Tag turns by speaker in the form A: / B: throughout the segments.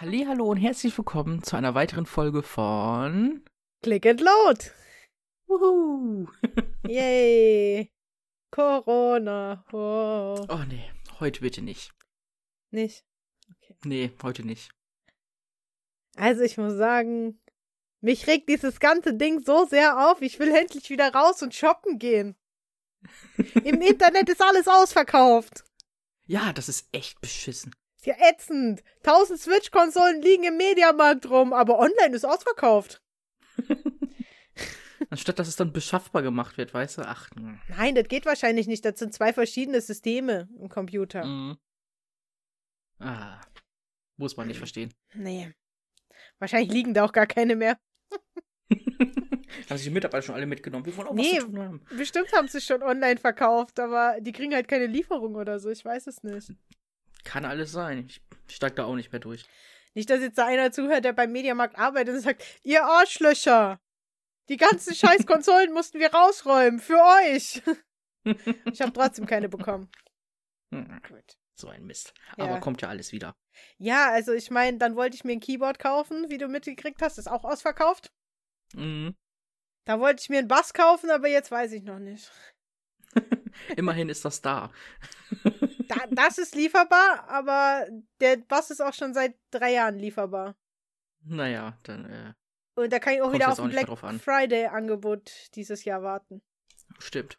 A: Hallo und herzlich willkommen zu einer weiteren Folge von
B: Click and Load.
A: Wuhu.
B: Yay. Corona. Oh.
A: Oh nee, heute bitte nicht.
B: Nicht.
A: Nee, heute nicht.
B: Also ich muss sagen, mich regt dieses ganze Ding so sehr auf. Ich will endlich wieder raus und shoppen gehen. Im Internet ist alles ausverkauft.
A: Ja, das ist echt beschissen.
B: Ist ja ätzend. Tausend Switch-Konsolen liegen im Mediamarkt rum, aber online ist ausverkauft.
A: Anstatt dass es dann beschaffbar gemacht wird, weißt du, ach. mh.
B: Nein, das geht wahrscheinlich nicht. Das sind zwei verschiedene Systeme im Computer.
A: Mhm. Ah, muss man nicht
B: Hm.
A: verstehen.
B: Nee. Wahrscheinlich liegen da auch gar keine mehr.
A: Haben sich die Mitarbeiter schon alle mitgenommen? Wir wollen auch
B: Nee.
A: was zu tun haben.
B: Bestimmt haben sie schon online verkauft, aber die kriegen halt keine Lieferung oder so. Ich weiß es nicht.
A: Kann alles sein. Ich steig da auch nicht mehr durch.
B: Nicht, dass jetzt da einer zuhört, der beim Mediamarkt arbeitet und sagt, ihr Arschlöcher, die ganzen scheiß Konsolen mussten wir rausräumen, für euch. Ich habe trotzdem keine bekommen.
A: Hm,
B: Gut.
A: So ein Mist.
B: Ja.
A: Aber kommt ja alles wieder.
B: Ja, also ich meine, dann wollte ich mir ein Keyboard kaufen, wie du mitgekriegt hast, ist auch ausverkauft.
A: Mhm.
B: Da wollte ich mir einen Bass kaufen, aber jetzt weiß ich noch nicht.
A: Immerhin ist das da.
B: Da, das ist lieferbar, aber der Bass ist auch schon seit drei Jahren lieferbar.
A: Naja, dann äh,
B: Und da kann ich auch
A: Kommt
B: wieder
A: jetzt
B: auf
A: auch
B: ein
A: nicht mehr
B: Black
A: drauf an.
B: Friday-Angebot dieses Jahr warten.
A: stimmt.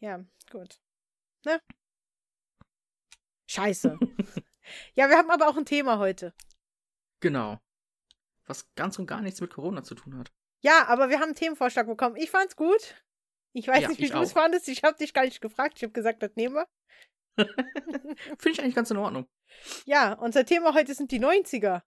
B: Ja, gut. Ne? Scheiße. ja, wir haben aber auch ein Thema heute.
A: Genau. Was ganz und gar nichts mit Corona zu tun hat.
B: Ja, aber wir haben einen Themenvorschlag bekommen. Ich fand's gut. Ich weiß
A: Ja,
B: nicht, wie
A: ich
B: du es
A: auch.
B: fandest. Ich habe dich gar nicht gefragt. Ich habe gesagt, das nehmen wir.
A: Finde ich eigentlich ganz in Ordnung.
B: Ja, unser Thema heute sind die 90er.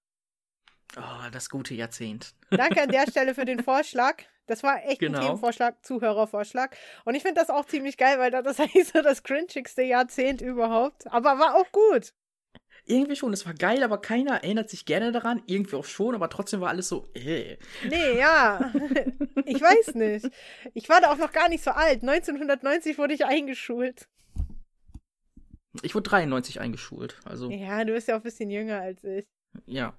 A: Oh, das gute Jahrzehnt.
B: Danke an der Stelle für den Vorschlag. Das war echt
A: Genau.
B: ein Themenvorschlag, Zuhörervorschlag. Und ich finde das auch ziemlich geil, weil das eigentlich so das cringigste Jahrzehnt überhaupt. Aber war auch gut.
A: Irgendwie schon, es war geil, aber keiner erinnert sich gerne daran. Irgendwie auch schon, aber trotzdem war alles so, äh.
B: Nee, ja. Ich weiß nicht. Ich war da auch noch gar nicht so alt. 1990 wurde ich eingeschult.
A: Ich wurde 93 eingeschult. Also,
B: Ja, du bist ja auch ein bisschen jünger als ich.
A: ja.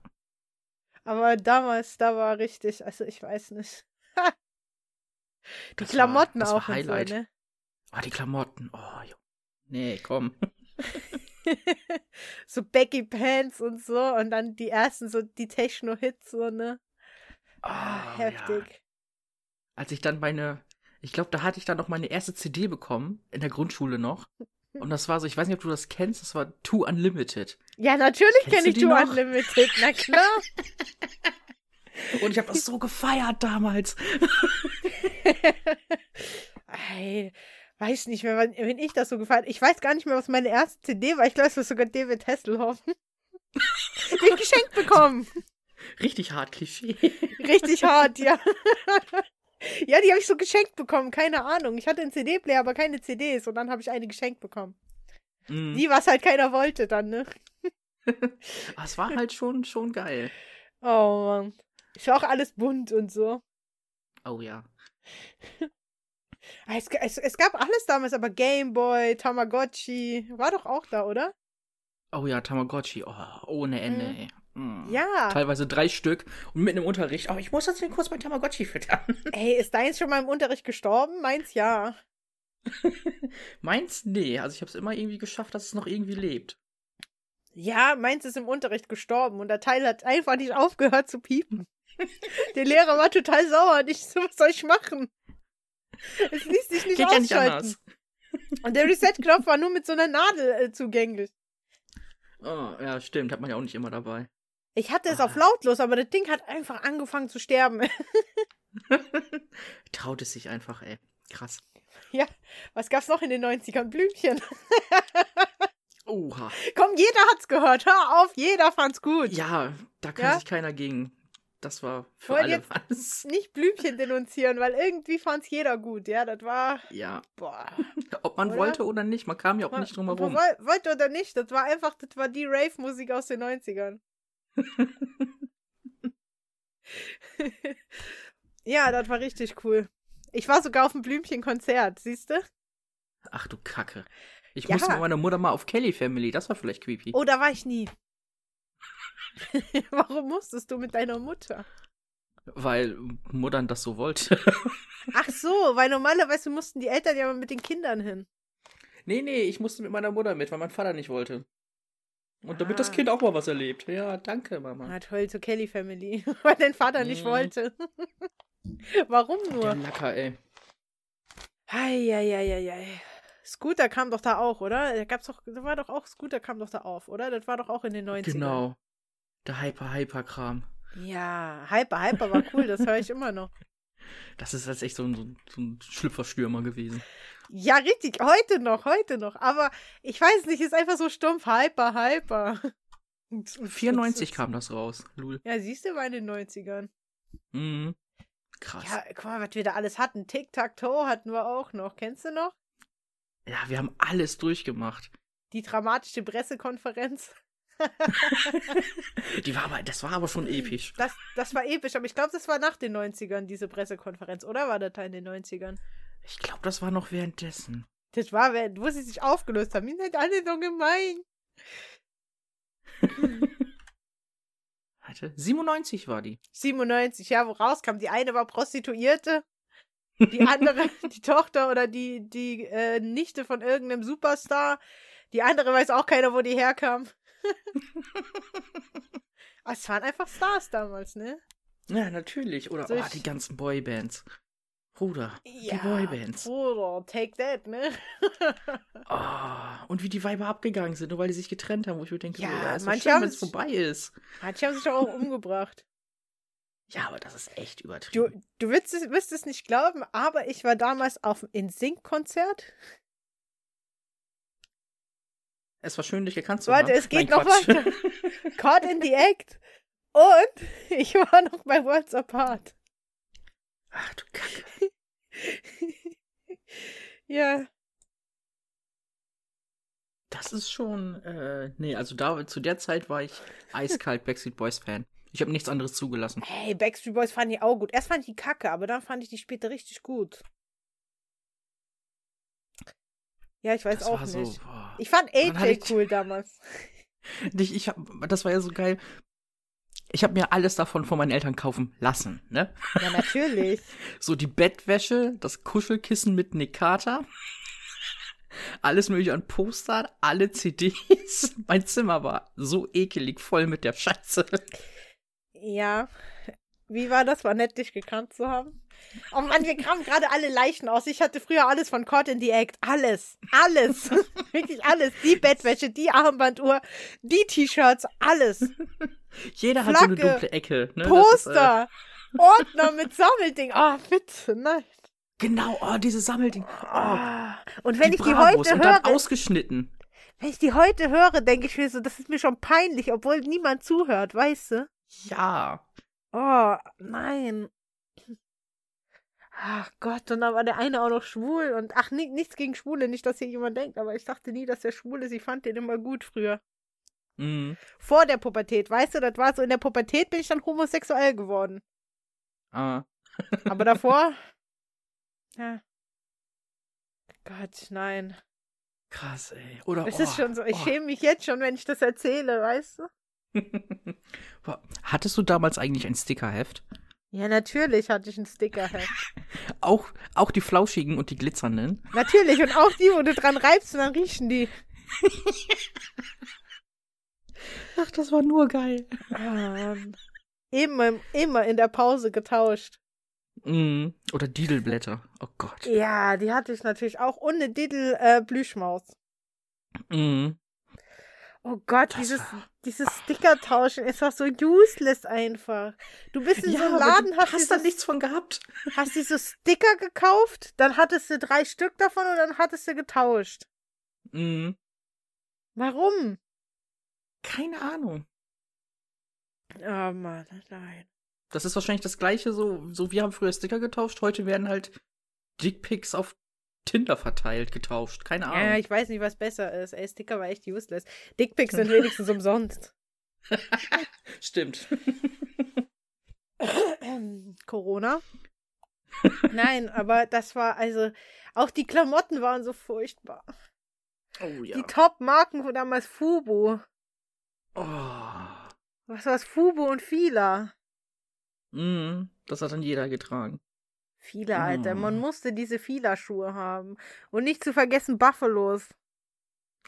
B: Aber damals, da war richtig, also ich weiß nicht. Die
A: das war-
B: Klamotten
A: das war
B: auch und so,
A: Highlight.
B: ne?
A: Oh, die Klamotten. Oh, jo. Nee, komm.
B: So Becky Pants und so und dann die ersten, so die Techno-Hits, so, ne? Ah,
A: Oh,
B: heftig.
A: Ja. Als ich dann meine, ich glaube, da hatte ich dann noch meine erste CD bekommen, in der Grundschule noch. Und das war so, ich weiß nicht, ob du das kennst, das war Too Unlimited.
B: Ja, natürlich
A: Kennst
B: kenne
A: du
B: ich
A: die
B: Two
A: noch?
B: Unlimited, na klar.
A: Und ich habe das so gefeiert damals.
B: Ey, weiß nicht mehr, wann, wenn ich das so gefallen Ich weiß gar nicht mehr, was meine erste CD war. Ich glaube, es war sogar David Hasselhoff. Den geschenkt bekommen.
A: Richtig hart Klischee.
B: Richtig hart, ja. Ja, die habe ich so geschenkt bekommen, keine Ahnung. Ich hatte einen CD-Player, aber keine CDs und dann habe ich eine geschenkt bekommen.
A: Mhm.
B: Die, was halt keiner wollte dann, ne?
A: Aber es war halt schon, schon geil.
B: Oh Mann. Ist ja auch alles bunt und so.
A: Oh ja.
B: Ah, Es, es, es gab alles damals, aber Gameboy, Tamagotchi, war doch auch da, oder?
A: Oh ja, Tamagotchi. Oh, ohne Ende, ey. Mhm.
B: Äh, Ja.
A: Teilweise drei Stück und mitten im Unterricht. Oh, ich muss jetzt hier kurz mein Tamagotchi füttern.
B: Ey, ist deins schon mal im Unterricht gestorben? Meins ja.
A: Meins? Nee. Also ich habe es immer irgendwie geschafft, dass es noch irgendwie lebt.
B: Ja, meins ist im Unterricht gestorben und der Teil hat einfach nicht aufgehört zu piepen. der Lehrer war total sauer und ich so, was soll ich machen? Es ließ sich nicht
A: Geht ja
B: ausschalten.
A: nicht anders.
B: Und der Reset-Knopf war nur mit so einer Nadel äh, zugänglich.
A: Oh, ja, stimmt. Hat man ja auch nicht immer dabei.
B: Ich hatte es
A: Ah.
B: auf lautlos, aber das Ding hat einfach angefangen zu sterben.
A: Traut es sich einfach, ey. Krass.
B: Was gab's noch in den 90ern? Blümchen.
A: Oha.
B: Komm, jeder hat's gehört. Hör auf, jeder fand's gut.
A: Ja, da kann
B: Ja?
A: sich keiner gegen. Das war für
B: Wollt
A: alle
B: ihr-
A: was.
B: Nicht Blümchen denunzieren, weil irgendwie fand's jeder gut. Ja, das war.
A: Ja.
B: Boah.
A: Ob man
B: Oder?
A: wollte oder nicht, man kam ja auch nicht drum
B: Ob
A: herum.
B: man woll- Wollte oder nicht, das war einfach, das war die Rave-Musik aus den 90ern. ja, das war richtig cool. Ich war sogar auf dem Blümchen-Konzert, siehst du?
A: Ach du Kacke. Ich
B: Ja.
A: musste mit meiner Mutter mal auf Kelly Family, das war vielleicht creepy.
B: Oh, da war ich nie. Warum musstest du mit deiner Mutter?
A: Weil Muttern das so wollte.
B: Ach so, weil normalerweise mussten die Eltern ja mal mit den Kindern hin.
A: nee, nee, ich musste mit meiner Mutter mit, weil mein Vater nicht wollte. Und damit das
B: Ah.
A: Kind auch mal was erlebt. Ja, danke, Mama.
B: Na Ah, toll, zur Kelly Family, weil dein Vater nicht
A: Mhm.
B: wollte. Warum
A: Der
B: nur?
A: Lacker, ey.
B: Eieieiei. Scooter kam doch da auch, oder? Da gab's doch, da war doch auch, Scooter kam doch da auf, oder? Das war doch auch in den 90ern.
A: Genau. Der Hyper-Hyper-Kram.
B: Ja, Hyper, Hyper war cool, das höre ich immer noch.
A: Das ist jetzt echt so ein, so ein- so ein Schlüpferstürmer gewesen.
B: Ja, richtig, heute noch, heute noch. Aber ich weiß nicht, ist einfach so stumpf, Hyper, Hyper.
A: 94 kam das raus. Lul.
B: Ja, siehst du, war in den 90ern.
A: Mhm. Krass.
B: Ja,
A: Ja.
B: guck mal, was wir da alles hatten. Tic-Tac-Toe hatten wir auch noch. Kennst du noch?
A: wir haben alles durchgemacht.
B: Die dramatische Pressekonferenz.
A: Die war aber, das war aber schon episch.
B: Das, das war episch, aber ich glaube, das war nach den 90ern, diese Pressekonferenz. Oder war das da in den 90ern?
A: Ich glaube, das war noch währenddessen.
B: Das war, wer- wo sie sich aufgelöst haben. Die sind alle so gemein.
A: Hatte 97 war die.
B: 97, ja, wo rauskam. Die eine war Prostituierte, die andere die Tochter oder die, die äh, Nichte von irgendeinem Superstar. Die andere weiß auch keiner, wo die herkam. Aber es waren einfach Stars damals, ne?
A: Ja, natürlich. Oder
B: Soll
A: oh,
B: ich-
A: die ganzen Boybands. Bruder.
B: Ja,
A: Boybands.
B: Bruder, take that, ne? Äh.
A: Ah, und wie die Weiber abgegangen sind, nur weil die sich getrennt haben, wo ich mir denke,
B: Ja,
A: Bruder, ist doch
B: manche
A: schön,
B: haben
A: wenn es
B: sich-
A: vorbei ist.
B: Manche haben sich doch auch umgebracht.
A: Ja, aber das ist echt übertrieben.
B: Du, du wirst, es- wirst es nicht glauben, aber ich war damals auf dem InSync-Konzert.
A: es war schön, dich erkannt zu haben.
B: Warte, es geht
A: Nein,
B: noch
A: Quatsch.
B: weiter. Caught in the Act. Und ich war noch bei Worlds Apart.
A: Ach du Kacke.
B: ja,
A: Das ist schon, äh, nee, also da, zu der Zeit war ich eiskalt Backstreet Boys Fan. Ich habe nichts anderes zugelassen.
B: hey, Backstreet Boys fand ich auch gut. Erst fand ich die kacke, aber dann fand ich die später richtig gut. Ja, ich weiß
A: das
B: auch
A: war
B: nicht.
A: so, boah.
B: Ich fand
A: Dann hatte
B: AJ
A: ich-
B: cool damals.
A: Ich, ich hab, das war ja so geil. Ich habe mir alles davon von meinen Eltern kaufen lassen, ne?
B: Ja, natürlich.
A: So die Bettwäsche, das Kuschelkissen mit Nekata, alles mögliche an Postern, alle CDs. Mein Zimmer war so ekelig voll mit der Scheiße.
B: Ja. Wie war das? War nett, dich gekannt zu haben. Oh Mann, wir kamen gerade alle Leichen aus. Ich hatte früher alles von Caught in the Act. Alles. Alles. Wirklich alles. Die Bettwäsche, die Armbanduhr, die T-Shirts, alles.
A: Jeder hat so eine
B: Flagge,
A: dunkle Ecke. Ne? Das ist, äh,
B: Poster. Ordner mit Sammelding. Ah, bitte, nein.
A: genau, oh, diese Sammelding. Oh,
B: Ah. Und wenn
A: die
B: ich die
A: Bravos
B: heute
A: und dann
B: höre,
A: ausgeschnitten.
B: wenn ich die heute höre, denke ich mir so, das ist mir schon peinlich, obwohl niemand zuhört, weißt du?
A: Ja.
B: Oh, nein. Ach Gott, und dann war der eine auch noch schwul. Und ach, ni nichts gegen Schwule, nicht, dass hier jemand denkt, aber ich dachte nie, dass der schwul ist. Ich fand den immer gut früher.
A: Mhm.
B: Vor der Pubertät, weißt du, das war so, in der Pubertät bin ich dann homosexuell geworden.
A: Ah.
B: Aber davor. ja. Gott, nein.
A: Krass, ey. Oder
B: Es
A: oh,
B: ist schon so, ich
A: oh.
B: schäme mich jetzt schon, wenn ich das erzähle, weißt du?
A: Boah, Hattest du damals eigentlich ein Stickerheft?
B: Ja, natürlich hatte ich einen Sticker.
A: Auch, auch die flauschigen und die glitzernden?
B: Natürlich, und auch die, wo du dran reibst und dann riechen die.
A: Ach, das war nur geil.
B: Ähm, immer, immer in der Pause getauscht.
A: Mhm. Oder Didelblätter. Oh Gott.
B: Ja, die hatte ich natürlich auch. Und eine Diddle äh, Blüschmaus.
A: Mhm.
B: Oh Gott,
A: Das
B: dieses,
A: war-
B: dieses Sticker-Tauschen ist doch so useless einfach. Du bist in so einem Laden, hast,
A: hast da
B: dieses,
A: nichts von gehabt.
B: hast diese Sticker gekauft, dann hattest du drei Stück davon und dann hattest du getauscht.
A: Mhm.
B: Warum?
A: Keine Ahnung.
B: Oh Mann, nein.
A: Das ist wahrscheinlich das gleiche, so, so wir haben früher Sticker getauscht, heute werden halt Dickpics auf Tinder verteilt, getauscht. Keine Ahnung.
B: Ja, ich weiß nicht, was besser ist. Ey, Sticker war echt useless. Dickpics sind wenigstens umsonst.
A: Stimmt.
B: Ähm, Corona. Nein, aber das war also auch die Klamotten waren so furchtbar.
A: Oh ja.
B: Die Top-Marken von damals Fubu.
A: Oh.
B: Was war's? Fubo und Fila.
A: Mhm, das hat dann jeder getragen.
B: Fila, Alter.
A: Mm.
B: Man musste diese Fila-Schuhe haben. Und nicht zu vergessen Buffalos.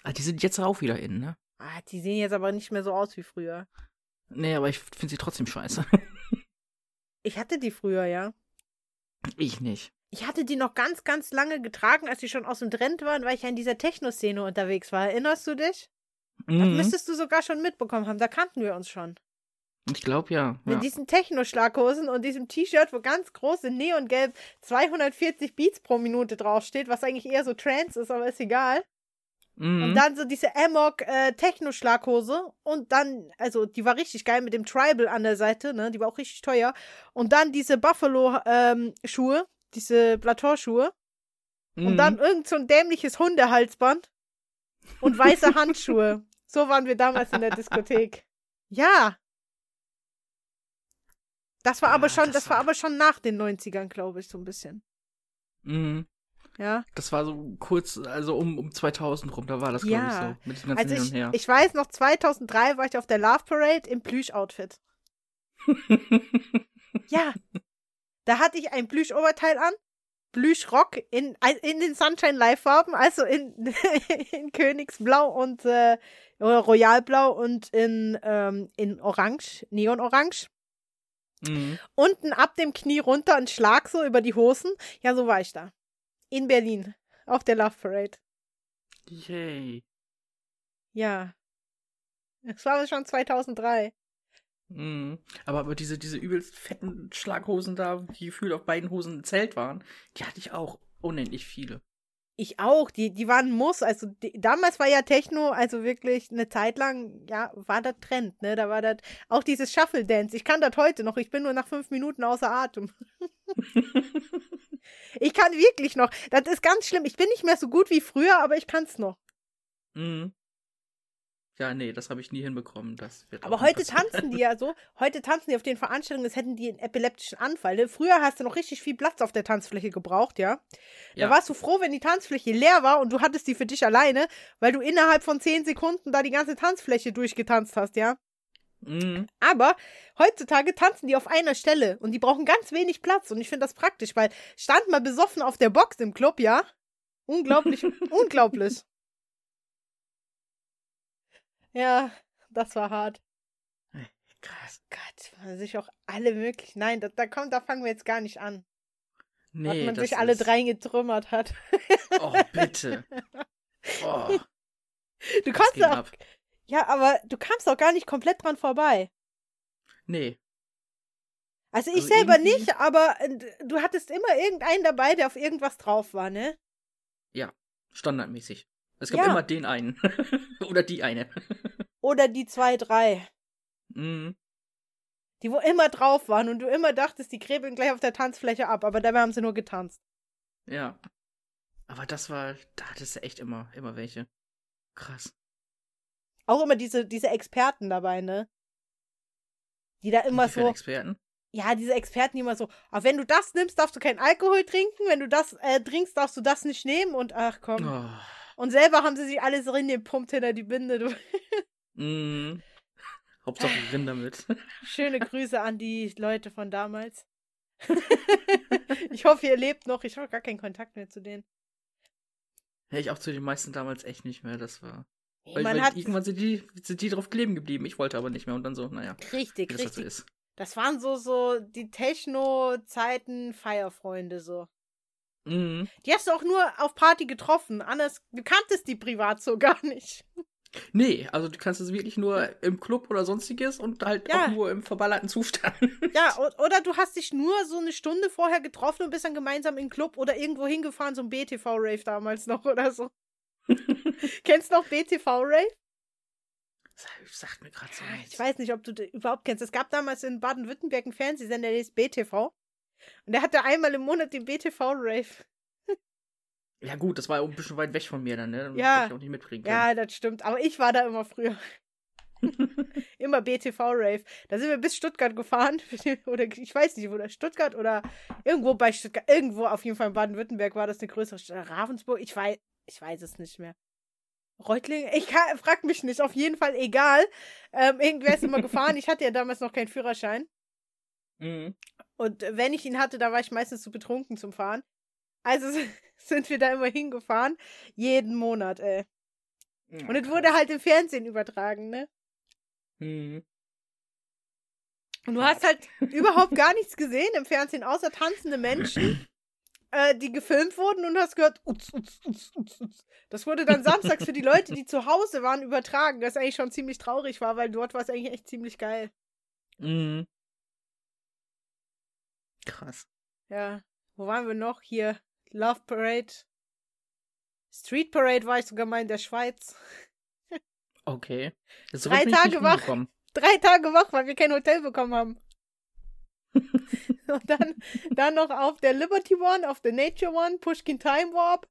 A: Ah, die sind jetzt auch wieder in, ne?
B: Ah, die sehen jetzt aber nicht mehr so aus wie früher.
A: Nee, aber ich finde sie trotzdem scheiße.
B: Ich hatte die früher, ja.
A: Ich nicht.
B: Ich hatte die noch ganz, ganz lange getragen, als die schon aus dem Trend waren, weil ich ja in dieser Techno-Szene unterwegs war. Erinnerst du dich? Das
A: Mhm.
B: müsstest du sogar schon mitbekommen haben. Da kannten wir uns schon.
A: Ich glaube ja.
B: Mit
A: ja.
B: diesen Techno-Schlaghosen und diesem T-Shirt, wo ganz groß in Neongelb 240 Beats pro Minute draufsteht, was eigentlich eher so Trance ist, aber ist egal.
A: Mhm.
B: Und dann so diese Amok-Techno-Schlaghose und dann, also die war richtig geil mit dem Tribal an der Seite, ne? Die war auch richtig teuer. Und dann diese Buffalo-Schuhe, diese Plateauschuhe und
A: Mhm.
B: dann irgend so ein dämliches Hundehalsband und weiße Handschuhe. So waren wir damals in der Diskothek. Ja. Das war
A: Ah,
B: aber schon, das,
A: das
B: war
A: war-
B: aber schon nach den 90ern, glaube ich, so ein bisschen.
A: Mhm.
B: Ja.
A: Das war so kurz, also um, um 2000 rum, da war das, glaube
B: Ja.
A: ich, so. Mit diesem ganzen
B: Also
A: Hin und
B: ich,
A: Her.
B: ich weiß noch, 2003 war ich auf der Love Parade im Plüsch-Outfit. Ja. da hatte ich ein Plüsch-Oberteil an, Plüsch-Rock in, in den Sunshine-Live-Farben, also in, in Königsblau und äh, oder Royalblau und in, ähm, in Orange, Neon-Orange.
A: mhm.
B: Unten ab dem Knie runter ein Schlag so über die Hosen. Ja, so war ich da. In Berlin. Auf der Love Parade.
A: Yay.
B: Ja. Das war schon 2003.
A: Mhm. Aber, aber diese, diese übelst fetten Schlaghosen da, die gefühlt auf beiden Hosen ein Zelt waren, die hatte ich auch unendlich viele.
B: Ich auch. Die, die waren ein Muss. Also die, damals war ja Techno, also wirklich eine Zeit lang, ja, war das Trend, ne? Da war das auch dieses Shuffle Dance. Ich kann das heute noch. Ich bin nur nach fünf Minuten außer Atem. Ich kann wirklich noch. Das ist ganz schlimm. Ich bin nicht mehr so gut wie früher, aber ich kann's noch.
A: mhm. Ja, nee, das habe ich nie hinbekommen. Das wird auch
B: Aber
A: nie
B: heute
A: passieren.
B: tanzen die ja so, heute tanzen die auf den Veranstaltungen, als hätten die einen epileptischen Anfall. Ne? Früher hast du noch richtig viel Platz auf der Tanzfläche gebraucht, ja? Da
A: Ja.
B: warst du froh, wenn die Tanzfläche leer war und du hattest die für dich alleine, weil du innerhalb von 10 Sekunden da die ganze Tanzfläche durchgetanzt hast, ja?
A: Mhm.
B: Aber heutzutage tanzen die auf einer Stelle und die brauchen ganz wenig Platz und ich finde das praktisch, weil stand mal besoffen auf der Box im Club, ja? Unglaublich, unglaublich. Ja, das war hart.
A: Krass.
B: Gott, man sich auch alle möglich. Nein, da, da kommt, da fangen wir jetzt gar nicht an.
A: Nee,
B: was man
A: das
B: sich alle
A: ist-
B: drei getrümmert hat.
A: Oh, bitte. Oh,
B: Du
A: das
B: kannst
A: ging
B: auch,
A: ab.
B: ja, aber du kamst auch gar nicht komplett dran vorbei.
A: Nee.
B: Also ich
A: Also
B: selber
A: irgendwie-
B: nicht, aber äh, du hattest immer irgendeinen dabei, der auf irgendwas drauf war, ne?
A: Standardmäßig. Es gab
B: Ja.
A: immer den einen. Oder die eine.
B: Oder die zwei, drei,
A: Mhm.
B: die wo immer drauf waren und du immer dachtest, die krebeln gleich auf der Tanzfläche ab, aber dabei haben sie nur getanzt.
A: Ja. Aber das war, da hattest du echt immer, immer welche. Krass.
B: Auch immer diese, diese Experten dabei, ne? Die da immer
A: Inwiefern
B: so.
A: Experten.
B: ja, diese Experten die immer so, aber wenn du das nimmst, darfst du keinen Alkohol trinken, wenn du das äh, trinkst, darfst du das nicht nehmen und ach komm.
A: Oh.
B: Und selber haben sie sich alles reingepumpt hinter die Binde. Du.
A: Mhm. Hauptsache Rinder mit.
B: Schöne Grüße an die Leute von damals. ich hoffe, ihr lebt noch. Ich habe gar keinen Kontakt mehr zu denen.
A: Hätte ich auch zu den meisten damals echt nicht mehr, das war. Weil,
B: Man
A: weil
B: hat
A: irgendwann sind die, sind die drauf kleben geblieben. Ich wollte aber nicht mehr und dann so, naja, wie
B: richtig,
A: das halt so
B: richtig.
A: ist.
B: Das waren so so die Techno-Zeiten Feierfreunde so.
A: Mhm.
B: Die hast du auch nur auf Party getroffen. Anders, du kanntest die privat so gar nicht.
A: Nee, also du kannst es wirklich nur im Club oder sonstiges und halt
B: Ja.
A: auch nur im verballerten Zustand.
B: Ja, o- oder du hast dich nur so eine Stunde vorher getroffen und bist dann gemeinsam in den Club oder irgendwo hingefahren, so ein BTV-Rave damals noch oder so. kennst du noch BTV-Rave?
A: Das sagt mir gerade so nichts.
B: Ah, Ich weiß nicht, ob du d- überhaupt kennst. Es gab damals in Baden-Württemberg einen Fernsehsender, der hieß BTV. Und der hatte einmal im Monat den BTV-Rave.
A: Ja gut, das war ja auch ein bisschen weit weg von mir dann, ne?
B: Ja.
A: Hätte ich auch nicht mitkriegen können.
B: Ja, das stimmt. Aber ich war da immer früher. immer BTV-Rave. Da sind wir bis Stuttgart gefahren. oder ich weiß nicht, wo das Stuttgart oder irgendwo bei Stuttgart. äh, Irgendwo auf jeden Fall in Baden-Württemberg war das eine größere Stadt. Ravensburg. Ich weiß, ich weiß es nicht mehr. Reutlingen? Ich kann, frag mich nicht, auf jeden Fall egal. Ähm, irgendwer ist immer gefahren. Ich hatte ja damals noch keinen Führerschein.
A: Mhm.
B: Und äh, wenn ich ihn hatte, da war ich meistens zu betrunken zum Fahren. Also sind wir da immer hingefahren. Jeden Monat, ey. Und es wurde halt im Fernsehen übertragen, ne?
A: Mhm.
B: Und du hast halt überhaupt gar nichts gesehen im Fernsehen, außer tanzende Menschen, äh, die gefilmt wurden und hast gehört, ups, ups, ups, ups, ups. Das wurde dann samstags für die Leute, die zu Hause waren, übertragen, das eigentlich schon ziemlich traurig war, weil dort war es eigentlich echt ziemlich geil.
A: Mhm. Krass.
B: Ja. Wo waren wir noch? Hier, Love Parade. Street Parade war ich sogar mal in der Schweiz.
A: Okay. Also Das
B: Drei Tage wach. drei Tage wach, weil wir kein Hotel bekommen haben. und dann, dann noch auf der Liberty One, auf der Nature One, Pushkin Time Warp,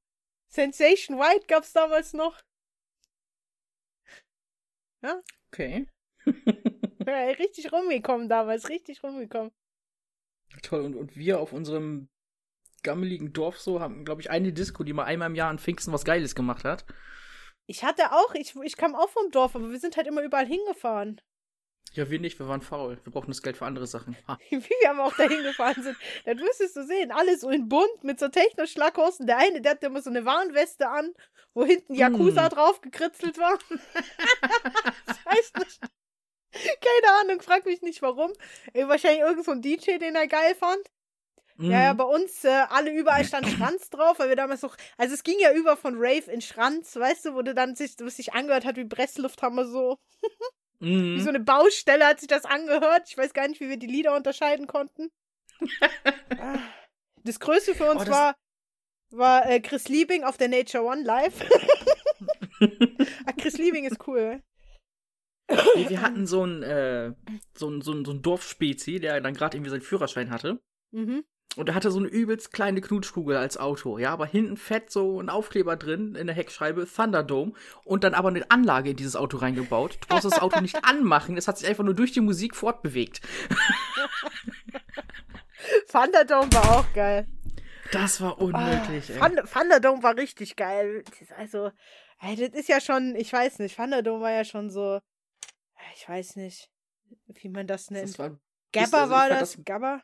B: Sensation White gab's damals noch.
A: Okay.
B: Ja, ey, richtig rumgekommen damals, richtig rumgekommen.
A: Toll. Und, und wir auf unserem gammeligen Dorf so haben, glaube ich, eine Disco, die mal einmal im Jahr an Pfingsten was Geiles gemacht hat.
B: Ich hatte auch, ich, ich kam auch vom Dorf, aber wir sind halt immer überall hingefahren.
A: Ja, wir nicht, wir waren faul. Wir brauchten das Geld für andere Sachen. Ah. Ha.
B: Wie wir aber auch da hingefahren sind. Das müsstest du sehen. Alles so in bunt mit so Techno-Schlaghosen. Der eine, der hatte immer so eine Warnweste an, wo hinten Yakuza
A: Hm.
B: drauf gekritzelt war. ich weiß nicht. Keine Ahnung, frag mich nicht warum. Äh, Wahrscheinlich irgend so ein DJ, den er geil fand.
A: Mhm.
B: Ja,
A: Mm.
B: ja, bei uns äh, alle überall stand Schranz drauf, weil wir damals noch. Also es ging ja über von Rave in Schranz, weißt du, wo du dann sich, was sich angehört hat wie Presslufthammer so.
A: Mhm.
B: Wie so eine Baustelle hat sich das angehört. Ich weiß gar nicht, wie wir die Lieder unterscheiden konnten. Ah. das Größte für uns
A: Oh, das-
B: war, war äh, Chris Liebing auf der Nature One live. ah, Chris Liebing ist cool.
A: wir, wir hatten so einen, äh, so einen, so einen, so einen Dorfspezi, der dann gerade irgendwie seinen Führerschein hatte.
B: Mhm.
A: Und er hatte so eine übelst kleine Knutschkugel als Auto, ja, aber hinten fett so ein Aufkleber drin in der Heckscheibe, Thunderdome, und dann aber eine Anlage in dieses Auto reingebaut. Du brauchst das Auto nicht anmachen, es hat sich einfach nur durch die Musik fortbewegt.
B: Thunderdome war auch geil.
A: Das
B: Ah,
A: war unmöglich, ey.
B: Thund Thunderdome war richtig geil. Das ist also, ey, das ist ja schon, ich weiß nicht, Thunderdome war ja schon so, ich weiß nicht, wie man das nennt.
A: Das war also
B: Gabba
A: ich
B: war
A: fand
B: das?
A: das-
B: Gabba?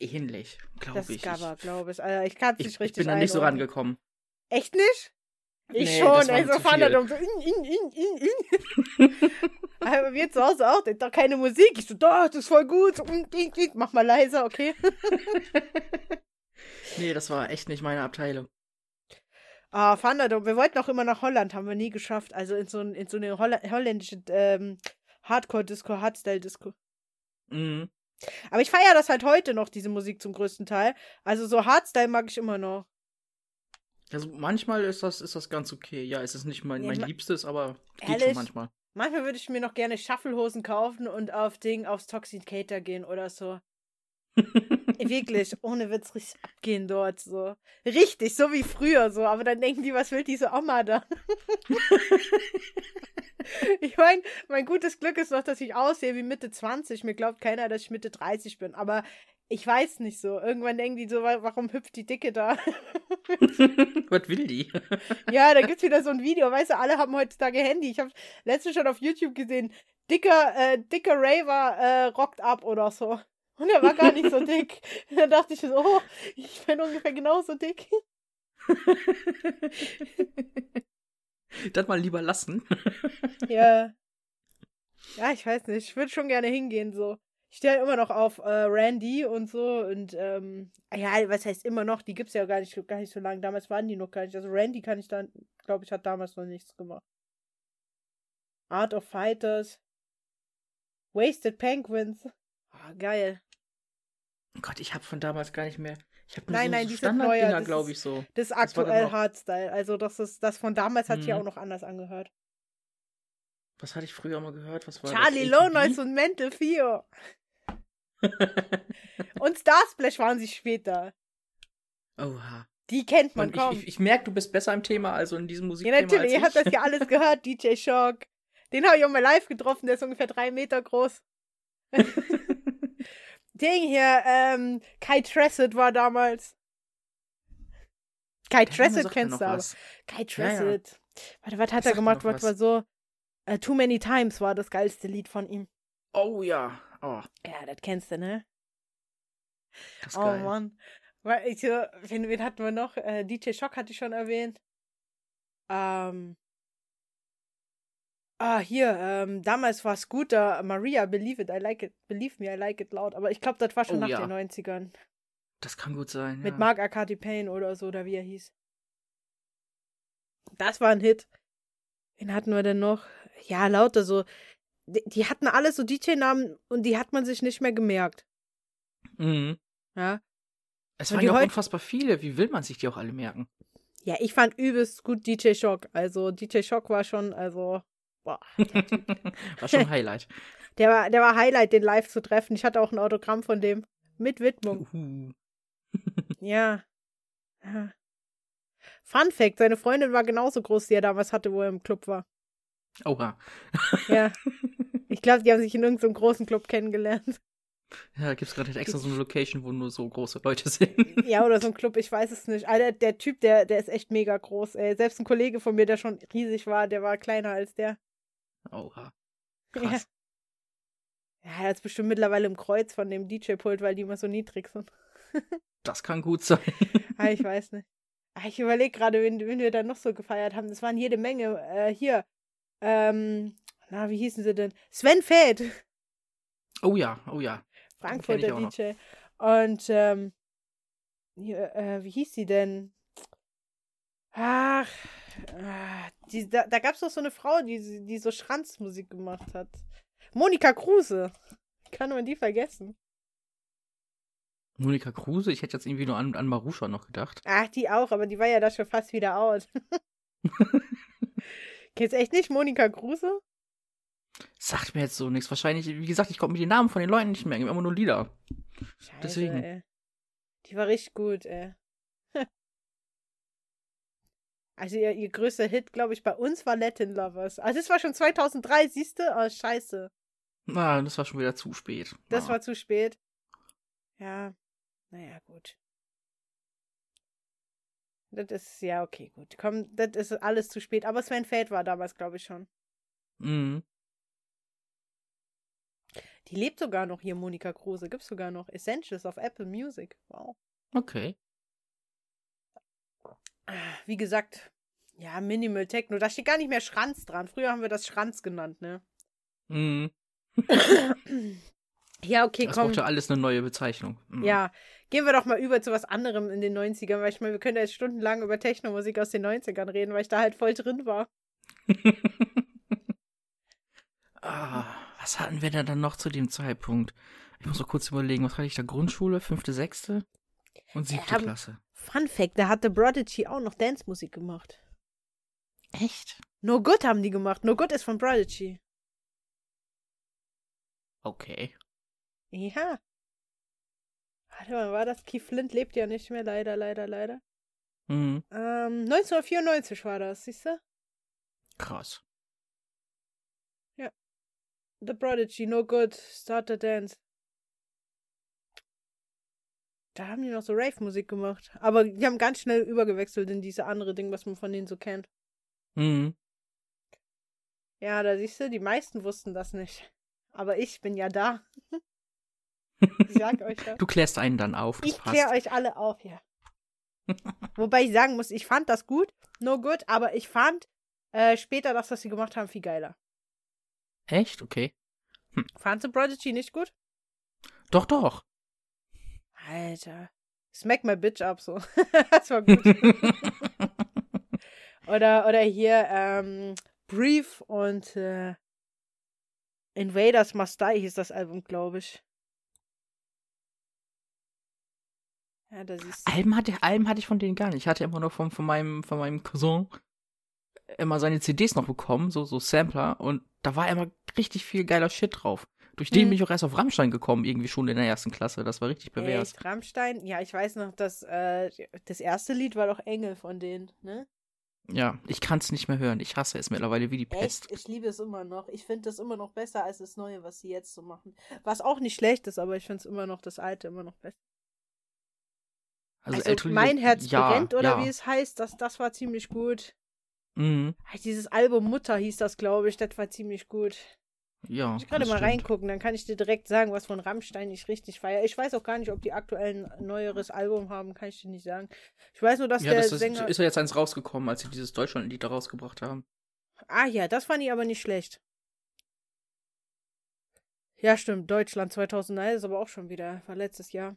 A: ähnlich, glaube
B: Das
A: ich.
B: ist Gabba, glaube ich. Also, ich kann es
A: Ich,
B: nicht
A: ich, ich
B: richtig
A: bin da nicht so
B: einordnen.
A: rangekommen.
B: Echt nicht? Ich
A: Nee,
B: schon,
A: das war
B: ey, so
A: zu viel.
B: Thunderdome, so in, in, in, in, in. Aber bei mir zu Hause auch, da ist doch keine Musik. Ich so, doch, das ist voll gut. So, in, in, in. Mach mal leiser, okay?
A: Nee, das war echt nicht meine Abteilung.
B: Ah, Thunderdome. Wir wollten auch immer nach Holland, haben wir nie geschafft. Also in so, ein, in so eine Holla holländische ähm, Hardcore-Disco, Hardstyle-Disco.
A: Mhm.
B: Aber ich feiere das halt heute noch, diese Musik zum größten Teil. Also so Hardstyle mag ich immer noch.
A: Also manchmal ist das, ist das ganz okay. Ja, es ist nicht mein,
B: Nee,
A: mein
B: ma-
A: Liebstes, aber geht
B: Ehrlich?
A: schon manchmal.
B: Manchmal würde ich mir noch gerne Shufflehosen kaufen und auf Ding, aufs Toxicator gehen oder so. Wirklich, ohne Witz richtig abgehen dort so. Richtig, so wie früher so. Aber dann denken die, was will diese Oma da? ich meine, mein gutes Glück ist noch, dass ich aussehe wie Mitte 20. Mir glaubt keiner, dass ich Mitte 30 bin. Aber ich weiß nicht so. Irgendwann denken die so, wa- warum hüpft die Dicke da?
A: Was will die?
B: Ja, da gibt's wieder so ein Video. Weißt du, alle haben heutzutage Handy. Ich habe letztens schon auf YouTube gesehen, dicker, äh, dicker Raver äh, rockt ab oder so. Und er war gar nicht so dick. Da dachte ich so, oh, ich bin ungefähr genauso dick.
A: das mal lieber lassen.
B: Ja. Ja, ich weiß nicht. Ich würde schon gerne hingehen so. Ich stehe immer noch auf äh, Randy und so und ähm, ja, was heißt immer noch? Die gibt's ja gar nicht, gar nicht so lange. Damals waren die noch gar nicht. Also Randy kann ich dann, glaube ich, hat damals noch nichts gemacht. Art of Fighters. Wasted Penguins. Ah, geil.
A: Oh Gott, ich habe von damals gar nicht mehr. Ich habe nur
B: Nein,
A: so,
B: nein,
A: so
B: die sind neuer,
A: Standarddinger,
B: das
A: glaube
B: ist-
A: ich, so.
B: Das ist
A: war dann
B: aktuell
A: noch-
B: Hardstyle. Also das ist, das von damals hat sich ja
A: Mhm.
B: auch noch anders angehört.
A: Was hatte ich früher mal gehört? Was war
B: Charlie
A: das? E ATB?
B: Lonois und Mental Theo. Und Starsplash waren sie später.
A: Oha.
B: Die kennt man
A: Man,
B: kaum.
A: ich ich, ich merke, du bist besser im Thema, also in diesem
B: Ja,
A: Musikthema.
B: natürlich, ihr
A: als
B: habt
A: also ich.
B: das ja alles gehört, DJ Shock. Den habe ich auch mal live getroffen, der ist ungefähr drei Meter groß. Den hier, ähm, Kai Tressett war damals.
A: Der
B: Kai
A: Name
B: Tressett
A: sagt mir
B: kennst
A: noch
B: du aber.
A: was.
B: Kai
A: Ja, ja.
B: Tressett. Warte, was hat
A: Sag
B: er gemacht?
A: noch
B: Was
A: was.
B: war so? Äh, Too Many Times war das geilste Lied von ihm.
A: Oh ja. Oh,
B: Ja, das kennst du, ne?
A: das ist
B: Oh
A: geil.
B: Mann. Weil ich so, wen, wen hatten wir noch? Äh, DJ Shock hatte ich schon erwähnt. Ähm. Ah, hier, ähm, damals war Scooter, Maria, believe it, I like it, believe me, I like it loud. Aber ich glaube, das war schon
A: Oh,
B: nach
A: ja.
B: den 90ern.
A: Das kann gut sein.
B: Mit
A: ja.
B: Mark Arcady Payne oder so, oder wie er hieß. Das war ein Hit. Wen hatten wir denn noch? Ja, lauter so. Die, die hatten alle so DJ-Namen und die hat man sich nicht mehr gemerkt.
A: Mhm.
B: Ja.
A: Es
B: Und
A: waren
B: die
A: ja auch
B: heut-
A: unfassbar viele. Wie will man sich die auch alle merken?
B: Ja, ich fand übelst gut DJ Shock. Also DJ Shock war schon, also, boah.
A: War schon ein Highlight.
B: Der war, der war Highlight, den live zu treffen. Ich hatte auch ein Autogramm von dem. Mit Widmung.
A: Uhu.
B: Ja. Ja. Fun Fact, seine Freundin war genauso groß, die er damals hatte, wo er im Club war.
A: Oha.
B: Ja. Ich glaube, die haben sich in irgendeinem großen Club kennengelernt.
A: Ja, da gibt es gerade halt extra so eine Location, wo nur so große Leute sind.
B: Ja, oder so ein Club, ich weiß es nicht. Alter, der Typ, der, der ist echt mega groß. Ey. Selbst ein Kollege von mir, der schon riesig war, der war kleiner als der.
A: Oha. Krass.
B: Ja, der ist bestimmt mittlerweile im Kreuz von dem DJ-Pult, weil die immer so niedrig sind.
A: Das kann gut sein.
B: Ah, ich weiß nicht. Ah, ich überlege gerade, wen, wen wir da noch so gefeiert haben. Das waren jede Menge. Äh, hier. Ähm, na, wie hießen sie denn? Sven Feld,
A: Oh ja, oh ja. kenn ich
B: Frankfurter
A: auch noch.
B: DJ. Und ähm, hier, äh, wie hieß sie denn? Ach, ah, die, da, da gab es doch so eine Frau, die, die so Schranzmusik gemacht hat. Monika Kruse. Kann man die vergessen?
A: Monika Kruse, ich hätte jetzt irgendwie nur an, an Marusha noch gedacht.
B: Ach, Ah, die auch, aber die war ja da schon fast wieder out. Geht's echt nicht, Monika Kruse?
A: Sagt mir jetzt so nichts. Wahrscheinlich, wie gesagt, ich komme mit den Namen von den Leuten nicht mehr. Immer nur Lieder.
B: Scheiße,
A: Deswegen.
B: Ey. Die war richtig gut, ey. Also ihr, ihr größter Hit, glaube ich, bei uns war Latin Lovers. Also das war schon 2003, siehst du? Oh, scheiße.
A: Na, das war schon wieder zu spät.
B: Das
A: Ah.
B: war zu spät. Ja, naja, gut. Das ist, ja, okay, gut. Komm, das ist alles zu spät. Aber Sven Feld war damals, glaube ich, schon.
A: Mhm.
B: Die lebt sogar noch hier, Monika Kruse. Gibt's sogar noch. Essentials auf Apple Music. Wow.
A: Okay.
B: Ah, Wie gesagt, ja, Minimal Techno. Da steht gar nicht mehr Schranz dran. Früher haben wir das Schranz genannt, ne?
A: Mhm.
B: Ja, okay,
A: Das
B: komm.
A: braucht ja alles eine neue Bezeichnung. Mhm.
B: Ja, gehen wir doch mal über zu was anderem in den 90ern, weil ich meine, wir können ja jetzt stundenlang über Techno-Musik aus den 90ern reden, weil ich da halt voll drin war.
A: ah, was hatten wir denn dann noch zu dem Zeitpunkt? Ich muss noch kurz überlegen, was hatte ich da? Grundschule, fünfte, sechste und siebte
B: haben-
A: Klasse.
B: Fun Fact, da hatte Prodigy auch noch Dance-Musik gemacht.
A: Echt?
B: No Good haben die gemacht. No Good ist von Prodigy.
A: Okay.
B: Ja. Warte mal, war das? Keith Flint lebt ja nicht mehr, leider, leider, leider.
A: Mhm.
B: Ähm, 1994 war das, siehst du?
A: Krass.
B: The Prodigy, No Good, Start the Dance. Da haben die noch so Rave-Musik gemacht. Aber die haben ganz schnell übergewechselt in diese andere Ding, was man von denen so kennt.
A: Mhm.
B: Ja, da siehst du, die meisten wussten das nicht. Aber ich bin ja da. Ich sag euch das.
A: Du klärst einen dann auf, das
B: Ich
A: passt.
B: klär euch alle auf, ja. Wobei ich sagen muss, ich fand das gut, no good, aber ich fand äh, später das, was sie gemacht haben, viel geiler.
A: Echt? Okay.
B: Fandst du Prodigy nicht gut?
A: Doch, doch.
B: Alter. Smack my bitch up so. das war gut. Oder, oder hier, ähm, Brief und äh, Invaders Must Die hieß das Album, glaube ich. Ja, das ist.
A: Alben hatte, Alben hatte ich von denen gar nicht. Ich hatte immer noch von, von, meinem, von meinem Cousin immer seine CDs noch bekommen, so, so Sampler. Und da war immer richtig viel geiler Shit drauf. Durch den
B: Mhm.
A: bin ich auch erst auf Rammstein gekommen, irgendwie schon in der ersten Klasse. Das war richtig pervers.
B: Echt, Rammstein? Ja, ich weiß noch, dass äh, das erste Lied war doch Engel von denen, ne?
A: Ja, ich kann es nicht mehr hören. Ich hasse es mittlerweile wie die Pest.
B: Echt? Ich liebe es immer noch. Ich finde das immer noch besser als das Neue, was sie jetzt so machen. Was auch nicht schlecht ist, aber ich finde es immer noch das Alte immer noch besser. Also,
A: ältere Lieder-
B: mein Herz
A: ja,
B: brennt oder
A: Also ja.
B: wie es heißt, das, das war ziemlich gut.
A: Mhm.
B: Dieses Album Mutter hieß das, glaube ich. Das war ziemlich gut.
A: Ja.
B: Ich kann gerade
A: das
B: mal
A: stimmt.
B: reingucken, dann kann ich dir direkt sagen, was von Rammstein ich richtig feiere. Ich weiß auch gar nicht, ob die aktuell ein neueres Album haben, kann ich dir nicht sagen. Ich weiß nur, dass
A: Ja,
B: der
A: das ist,
B: Sänger.
A: ist ja jetzt eins rausgekommen, als sie dieses Deutschlandlied da rausgebracht haben.
B: Ah ja, das fand ich aber nicht schlecht. Ja, stimmt. Deutschland 2009 ist aber auch schon wieder. War letztes Jahr.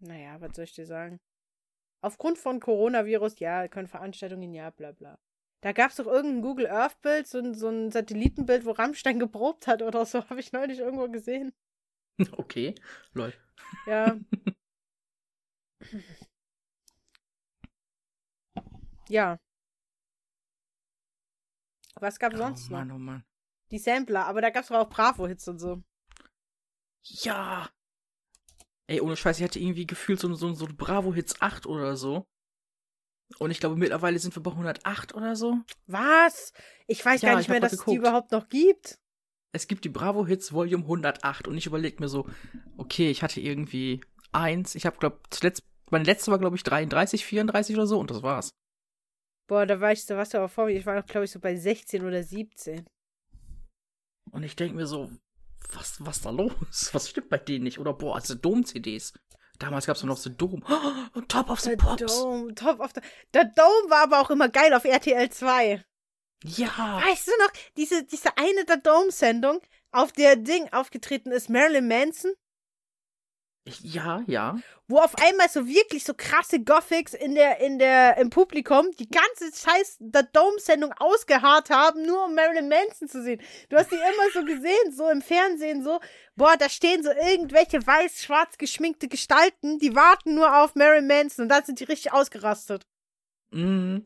B: Naja, was soll ich dir sagen? Aufgrund von Coronavirus, ja, können Veranstaltungen, ja, bla bla. Da gab es doch irgendein Google Earth-Bild, so, ein- so ein Satellitenbild, wo Rammstein geprobt hat oder so. Habe ich neulich irgendwo gesehen.
A: Okay, lol.
B: Ja. ja. Was gab sonst
A: oh Mann,
B: noch?
A: oh Mann.
B: Die Sampler, aber da gab's doch auch Bravo-Hits und so.
A: Ja! Ey, ohne Scheiß, ich hatte irgendwie gefühlt so, so, so Bravo Hits 8 oder so. Und ich glaube, mittlerweile sind wir bei 108 oder so.
B: Was? Ich weiß
A: Ja,
B: gar nicht
A: ich hab
B: mehr,
A: grad
B: dass es die
A: geguckt.
B: überhaupt noch gibt.
A: Es gibt die Bravo Hits Volume 108 und ich überlege mir so, okay, ich hatte irgendwie eins. Ich habe, glaube zuletzt, meine letzte war, glaube ich, 33, 34 oder so und das war's.
B: Boah, da war ich so was aber vor mir. Ich war noch, glaube ich, so bei 16 oder 17.
A: Und ich denke mir so, was, was da los? Was stimmt bei denen nicht? Oder boah, also Dom-CDs. Damals gab's doch noch so Dom. Oh, Top of the
B: Der
A: Pops.
B: Dome, top of the. Der Dome war aber auch immer geil auf RTL 2.
A: Ja.
B: Weißt du noch, diese, diese eine der Dome-Sendung, auf der Ding aufgetreten ist, Marilyn Manson?
A: Ja, ja.
B: wo auf einmal so wirklich so krasse Gothics in der, in der, im Publikum die ganze scheiß The Dome-Sendung ausgeharrt haben, nur um Marilyn Manson zu sehen. Du hast die immer so gesehen, so im Fernsehen, so, boah, da stehen so irgendwelche weiß-schwarz geschminkte Gestalten, die warten nur auf Marilyn Manson und dann sind die richtig ausgerastet.
A: Mhm.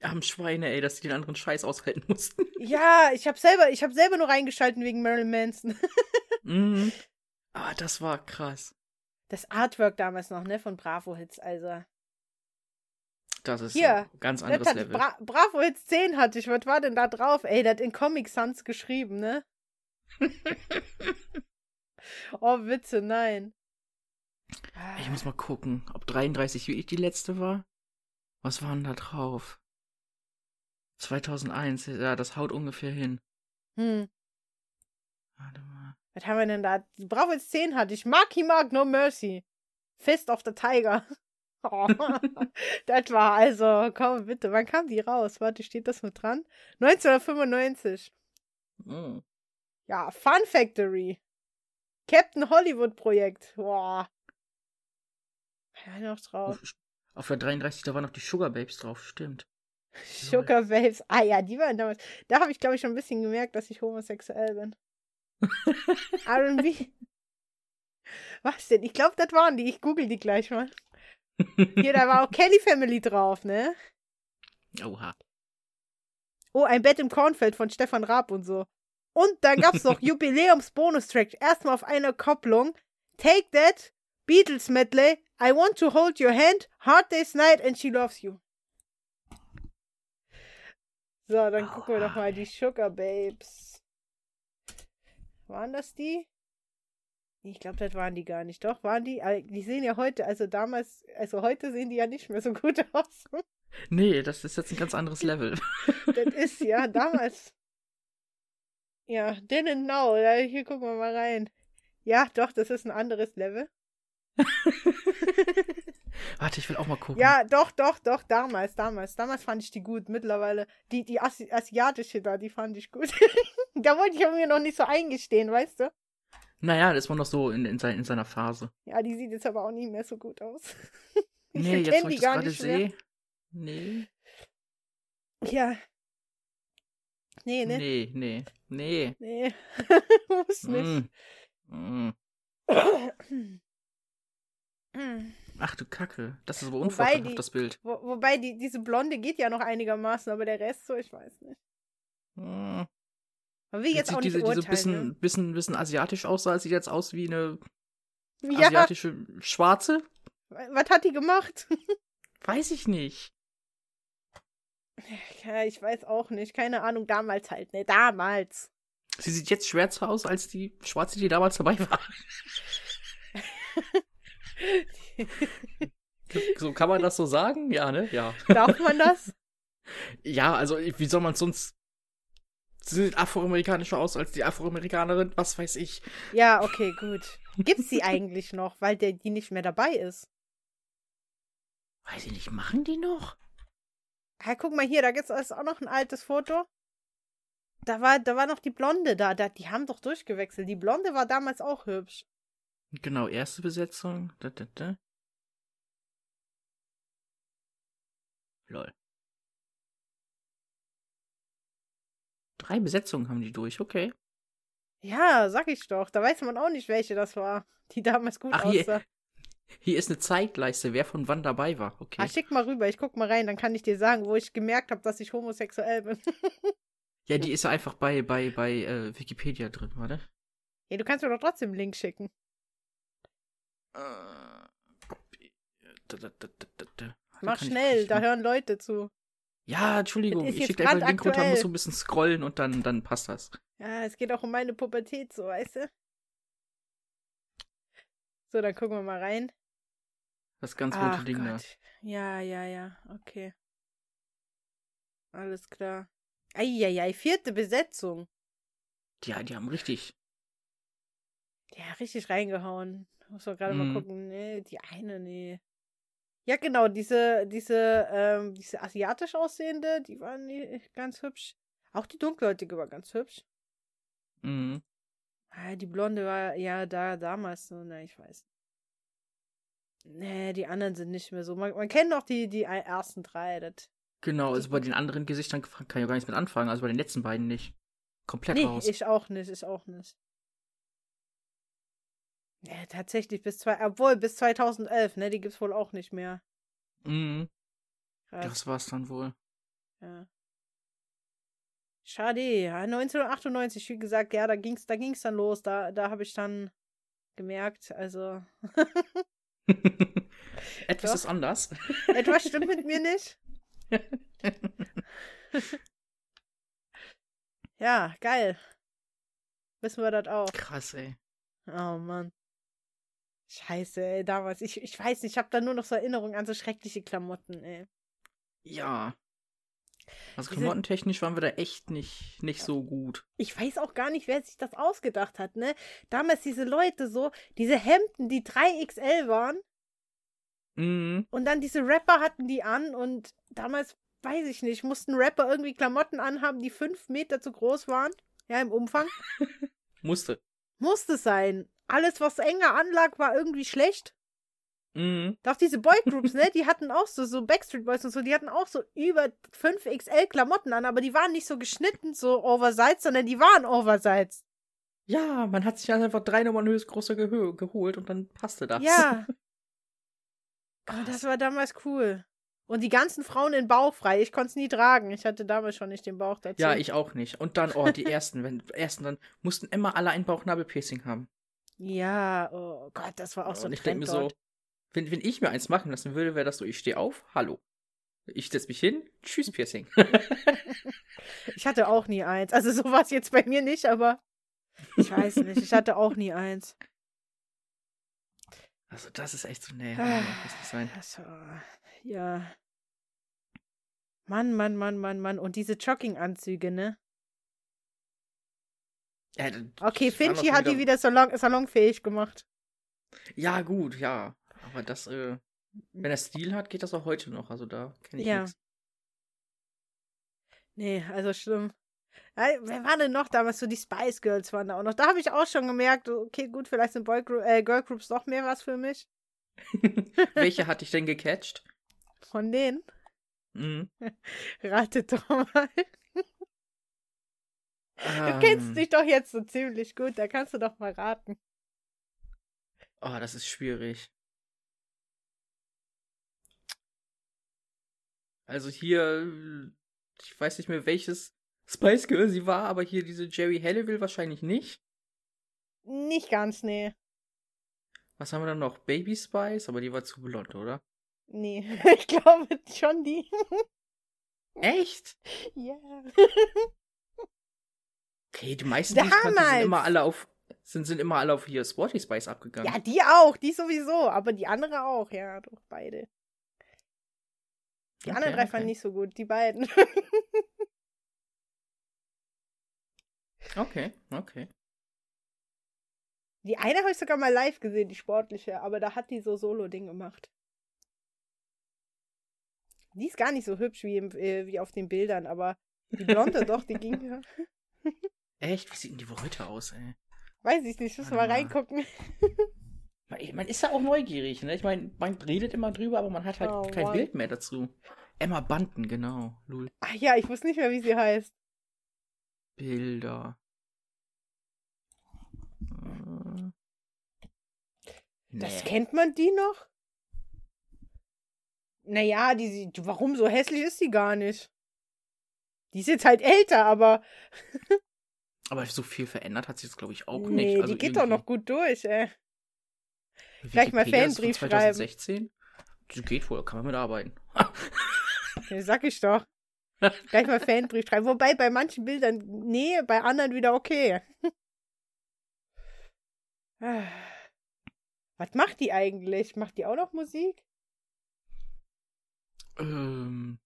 A: Am Schweine, ey, dass die den anderen Scheiß aushalten mussten.
B: Ja, ich hab selber, ich hab selber nur reingeschalten wegen Marilyn Manson.
A: mhm. Ah, das war krass.
B: Das Artwork damals noch, ne, von Bravo Hits, also.
A: Das ist
B: Hier,
A: ein ganz
B: Das
A: anderes
B: hatte ich,
A: Level.
B: Bra Bravo Hits 10 hatte ich, was war denn da drauf? Ey, das in Comic Sans geschrieben, ne? Oh, Witze, nein. Ah,
A: ich muss mal gucken, ob 33 wirklich die letzte war. Was war denn da drauf? 2001, ja, das haut ungefähr hin.
B: Hm.
A: Warte mal.
B: Was haben wir denn da? Bravo jetzt 10 hatte ich. Marky Mark, no mercy. Fist of the Tiger. Oh, das war also, komm bitte, wann kam die raus? Warte, steht das mit dran? 1995.
A: Mhm.
B: Ja, Fun Factory. Captain Hollywood Projekt. Boah. Ja, noch drauf.
A: Auf der 33, da waren noch die Sugar Babes drauf, stimmt.
B: Sugar Babes. Ah ja, die waren damals. Da habe ich, glaube ich, schon ein bisschen gemerkt, dass ich homosexuell bin. RB. Was denn? Ich glaube, das waren die. Ich google die gleich mal. Hier, da war auch Kelly Family drauf, ne?
A: Oha.
B: Oh, ein Bett im Kornfeld von Stefan Raab und so. Und dann gab's noch Jubiläums-Bonus-Track. Erstmal auf einer Kopplung. Take That, Beatles Medley, I Want to Hold Your Hand, Hard Day's Night and She Loves You. So, dann gucken wir doch mal die Sugar Babes. Waren das die? Nee, Ich glaube, das waren die gar nicht. Doch, waren die? Aber Die sehen ja heute, also damals, also heute sehen die ja nicht mehr so gut aus.
A: Nee, das ist jetzt ein ganz anderes Level.
B: Das ist ja damals. Ja, Then and Now. Da, hier gucken wir mal rein. Ja, doch, das ist ein anderes Level.
A: Warte, ich will auch mal gucken.
B: Ja, doch, doch, doch, damals, damals. Damals fand ich die gut. Mittlerweile, die, die Asi asiatische da, die fand ich gut. da wollte ich mir noch nicht so eingestehen, weißt du?
A: Naja, das war noch so in, in, sein, in seiner Phase.
B: Ja, die sieht jetzt aber auch nicht mehr so gut aus.
A: Nee,
B: kenn
A: jetzt, wo
B: die
A: ich das
B: gar
A: gerade
B: nicht mehr.
A: sehe. Nee.
B: Ja. Nee, ne?
A: Nee, nee, nee.
B: Nee. Muss nicht.
A: Mm. Mm.
B: Hm.
A: Ach du Kacke. Das ist aber
B: Wobei
A: unvorteilhaft,
B: die-
A: das Bild.
B: Wo, wobei, die, diese Blonde geht ja noch einigermaßen, aber der Rest so, ich weiß nicht.
A: Mm.
B: Man will jetzt,
A: sieht
B: auch nicht
A: diese,
B: ne? urteilen.
A: diese bisschen, bisschen, bisschen asiatisch aus, sah. Es sieht jetzt aus wie eine
B: ne? Ja,
A: asiatische Schwarze.
B: was hat die gemacht?
A: Weiß ich nicht.
B: Ja, ich weiß auch nicht, keine Ahnung, damals halt, ne, damals.
A: Sie sieht jetzt schwärzer aus als die Schwarze, die damals dabei war. So kann man das so sagen? Ja, ne? Ja.
B: Darf man das?
A: Ja, also wie soll man sonst? Sie sieht afroamerikanischer aus als die Afroamerikanerin, was weiß ich.
B: Ja, okay, gut. Gibt's die eigentlich noch, weil der, die nicht mehr dabei ist?
A: Weiß ich nicht, machen die noch?
B: Ja, guck mal hier, da gibt's ist auch noch ein altes Foto. Da war, da war noch die Blonde da, da. Die haben doch durchgewechselt. Die Blonde war damals auch hübsch.
A: Genau, erste Besetzung. Da, da, da. Lol. Drei Besetzungen haben die durch, okay.
B: Ja, sag ich doch. Da weiß man auch nicht, welche das war, die damals gut
A: Ach,
B: aussah.
A: hier, hier ist eine Zeitleiste, wer von wann dabei war, okay.
B: Ah, schick mal rüber, ich guck mal rein, dann kann ich dir sagen, wo ich gemerkt habe, dass ich homosexuell bin.
A: Ja, die ist ja einfach bei, bei, bei äh, Wikipedia drin, warte.
B: ja, du kannst mir doch trotzdem einen Link schicken.
A: Äh, Copy. Da, da, da, da, da, da.
B: Mach
A: kann ich-
B: schnell,
A: ich-
B: da hören Leute zu.
A: Ja, Entschuldigung,
B: Das ist
A: ich
B: jetzt
A: schicke einfach
B: grad
A: den Link runter,
B: aktuell.
A: muss so ein bisschen scrollen und dann, dann passt das.
B: Ja, es geht auch um meine Pubertät, so, weißt du? So, dann gucken wir mal rein.
A: Das ganz rote
B: Ach
A: Ding da.
B: Gott. Ja, ja, ja, okay. Alles klar. Eieiei, vierte Besetzung.
A: Ja, die haben richtig.
B: Ja, richtig reingehauen. Muss man gerade
A: Mhm.
B: mal gucken. Nee, die eine, nee. Ja, genau, diese, diese, ähm, diese asiatisch aussehende, die war nie ganz hübsch. Auch die dunkelhäutige war ganz hübsch.
A: Mhm.
B: Ah, die blonde war ja da damals, so, ne, ich weiß. Nee, die anderen sind nicht mehr so. Man, man kennt noch die, die ei- ersten drei. Das.
A: Genau, also bei den anderen Gesichtern kann ich ja gar nichts mit anfangen, also bei den letzten beiden nicht. Komplett
B: Nee,
A: raus.
B: ich auch nicht, ich auch nicht. Ja, tatsächlich bis zwei, obwohl bis 2011, ne, die gibt's wohl auch nicht mehr.
A: Mhm.
B: Krass.
A: Das war's dann wohl.
B: Ja. Schade, ja, 1998, wie gesagt, ja, da ging's, da ging's dann los, da, da habe ich dann gemerkt, also,
A: Etwas
B: Doch.
A: ist anders.
B: etwas stimmt mit mir nicht. Ja, geil. Wissen wir das auch.
A: Krass, ey.
B: Oh Mann. Scheiße, ey, damals, ich, ich weiß nicht, ich habe da nur noch so Erinnerungen an so schreckliche Klamotten, ey.
A: Ja. Also
B: Diese-
A: klamottentechnisch waren wir da echt nicht, nicht so gut.
B: Ich weiß auch gar nicht, wer sich das ausgedacht hat, ne? Damals diese Leute so, diese Hemden, die 3XL waren,
A: Mhm.
B: Und dann diese Rapper hatten die an und damals, weiß ich nicht, mussten Rapper irgendwie Klamotten anhaben, die fünf Meter zu groß waren. Ja, im Umfang.
A: Musste.
B: Musste sein. Alles, was enger anlag, war irgendwie schlecht.
A: Mhm.
B: Doch diese Boygroups, ne, die hatten auch so, so Backstreet Boys und so, die hatten auch so über 5XL Klamotten an, aber die waren nicht so geschnitten, so oversized, sondern die waren oversized.
A: Ja, man hat sich halt einfach drei Nummern höchst großer Gehö geholt und dann passte das.
B: Ja.
A: Krass.
B: Und das war damals cool. Und die ganzen Frauen in Bauch frei. Ich konnte es nie tragen. Ich hatte damals schon nicht den Bauch dazu.
A: Ja, ich auch nicht. Und dann, oh, die ersten, wenn ersten dann mussten immer alle ein Bauchnabelpiercing haben.
B: Ja, oh Gott, das war auch so
A: und
B: ein
A: ich denke mir
B: Trend
A: so,
B: dort.
A: wenn, wenn ich mir eins machen lassen würde, wäre das so, ich stehe auf, hallo. Ich setz mich hin, tschüss Piercing.
B: Ich hatte auch nie eins. Also so war es jetzt bei mir nicht, aber ich weiß nicht. Ich hatte auch nie eins.
A: Also das ist echt so, nee, nein, nein, das muss nicht sein.
B: Also, ja. Mann, Mann, Mann, Mann, Mann. Und diese Jogginganzüge, ne?
A: Ja, dann-
B: Okay,
A: das war noch
B: Finchi
A: schon
B: hat die wieder salon salonfähig gemacht.
A: Ja, gut, ja. Aber das, äh, wenn er Stil hat, geht das auch heute noch. Also da kenne ich
B: Ja.
A: nichts.
B: Nee, also schlimm. Ey, Wer war denn noch damals? So die Spice Girls waren da auch noch. Da habe ich auch schon gemerkt, okay, gut, vielleicht sind Boy äh, Girlgroups doch mehr was für mich.
A: Welche hatte ich denn gecatcht?
B: Von denen.
A: Mhm.
B: Rate doch mal.
A: Ähm.
B: Du kennst dich doch jetzt so ziemlich gut, da kannst du doch mal raten.
A: Oh, das ist schwierig. Also hier, ich weiß nicht mehr welches Spice Girl sie war, aber hier diese Jerry Halliwell wahrscheinlich nicht.
B: Nicht ganz, nee.
A: Was haben wir dann noch? Baby Spice, aber die war zu blond, oder?
B: Nee. Ich glaube schon die.
A: Echt?
B: Ja.
A: Okay, die meisten die ich kannte, sind
B: Damals!
A: immer alle auf sind, sind immer alle auf hier Sporty Spice abgegangen.
B: Ja, die auch, die sowieso, aber die andere auch, ja, doch beide. Die anderen drei fanden nicht so gut, die beiden.
A: Okay, okay.
B: Die eine habe ich sogar mal live gesehen, die sportliche, aber da hat die so Solo-Ding gemacht. Die ist gar nicht so hübsch wie, im, äh, wie auf den Bildern, aber die blonde doch, die ging ja.
A: Echt? Wie sieht denn die wohl heute aus, ey?
B: Weiß ich nicht, müssen wir mal
A: Warte mal.
B: reingucken.
A: Man, man ist ja auch neugierig, ne? Ich meine, man redet immer drüber, aber man hat halt
B: Oh,
A: kein
B: Mann.
A: Bild mehr dazu. Emma Banten, genau. Lul.
B: Ach Ah ja, ich wusste nicht mehr, wie sie heißt.
A: Bilder. Äh. Nee.
B: Das kennt man die noch? Naja, die sieht. Warum so hässlich ist die gar nicht? Die ist jetzt halt älter, aber.
A: aber so viel verändert hat sich das, glaube ich, auch
B: nee,
A: nicht.
B: die
A: Also
B: geht doch
A: irgendwie-
B: noch gut durch, äh. ey.
A: Wikipedia
B: Gleich mal
A: ist von
B: Fanbrief
A: 2016? Die geht wohl, kann man mitarbeiten.
B: Ja, Sag ich doch. Gleich mal Fanbrief schreiben. Wobei bei manchen Bildern, nee, bei anderen wieder okay. Ah. Was macht die eigentlich? Macht die auch noch Musik?
A: Ähm,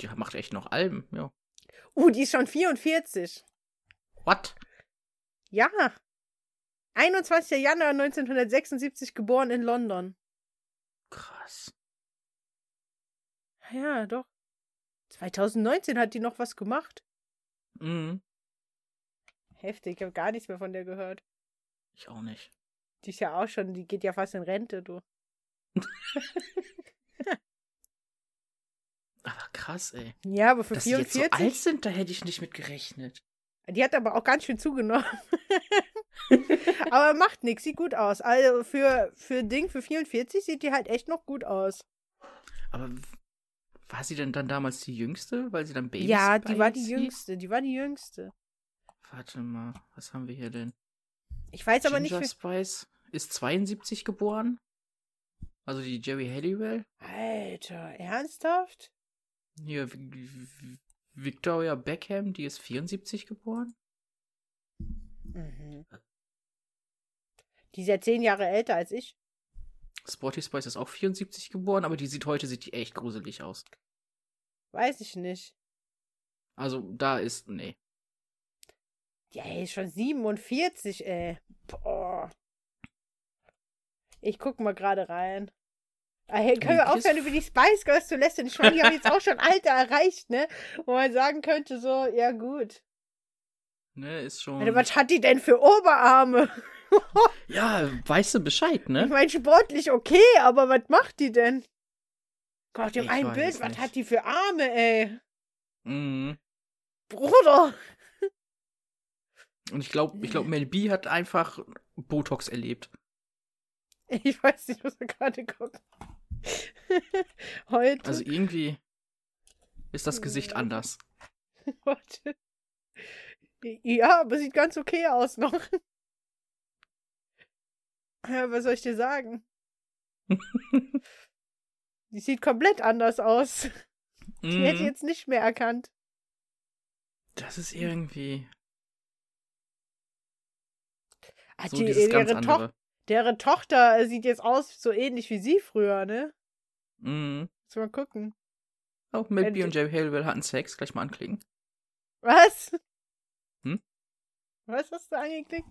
A: die macht echt noch Alben, ja.
B: Uh, die ist schon 44.
A: What?
B: Ja. 21. Januar 1976 geboren in London.
A: Krass.
B: Ah Ja, doch. 2019 hat die noch was gemacht.
A: Mhm.
B: Heftig, ich habe gar nichts mehr von der gehört.
A: Ich auch nicht.
B: Die ist ja auch schon, die geht ja fast in Rente, du.
A: Aber krass, ey.
B: Ja, aber für
A: Dass die jetzt so
B: 44.
A: alt sind, da hätte ich nicht mit gerechnet.
B: Die hat aber auch ganz schön zugenommen. aber macht nichts, sieht gut aus. Also für, für Ding, für 44 sieht die halt echt noch gut aus.
A: Aber w- war sie denn dann damals die Jüngste, weil sie dann Baby
B: ja, die war die
A: Spice hieß?
B: jüngste, die war die jüngste.
A: Warte mal, was haben wir hier denn?
B: Ich weiß aber
A: Ginger
B: nicht, wie.
A: Spice ist 72 geboren. Also die Jerry Halliwell.
B: Alter, ernsthaft?
A: Hier, Vi- Vi- Victoria Beckham, die ist 74 geboren.
B: Mhm. Die ist ja zehn Jahre älter als ich.
A: Sporty Spice ist auch 74 geboren, aber die sieht heute, sieht die echt gruselig aus.
B: Weiß ich nicht.
A: Also da ist, nee.
B: Ja, ey, ist schon 47, ey. Boah. Ich guck mal gerade rein. Ah, Hey, können wir
A: Mögliches-
B: aufhören, über die Spice Girls zu lästern? Ich meine, die haben jetzt auch schon Alter erreicht, ne? Wo man sagen könnte, so, ja gut.
A: Ne, ist schon.
B: Alter, was hat die denn für Oberarme?
A: Ja, weißt du Bescheid,
B: Ich
A: ne?
B: meine, sportlich okay, aber was macht die denn? Gott, im
A: Ich
B: einen
A: weiß
B: Bild,
A: es
B: was
A: nicht.
B: hat die für Arme, ey?
A: Mhm.
B: Bruder!
A: Und ich glaube, ich glaube, Mel B hat einfach Botox erlebt.
B: Ich weiß nicht, ich muss gerade gucken. Heute.
A: Also irgendwie ist das Gesicht
B: Mhm.
A: anders.
B: Warte. Ja, aber sieht ganz okay aus noch. Ja, was soll ich dir sagen? Die sieht komplett anders aus. Die hätte ich
A: Mhm.
B: jetzt nicht mehr erkannt.
A: Das ist irgendwie.
B: Ah,
A: So
B: die,
A: dieses ganz
B: ihre Toch
A: andere.
B: deren Tochter äh, sieht jetzt aus so ähnlich wie sie früher, ne?
A: Mhm.
B: Muss mal gucken.
A: Oh, Mel
B: Wenn
A: B
B: die-
A: und Jerry Halliwell hatten Sex. Gleich mal anklicken.
B: Was?
A: Hm?
B: Was hast du angeklickt?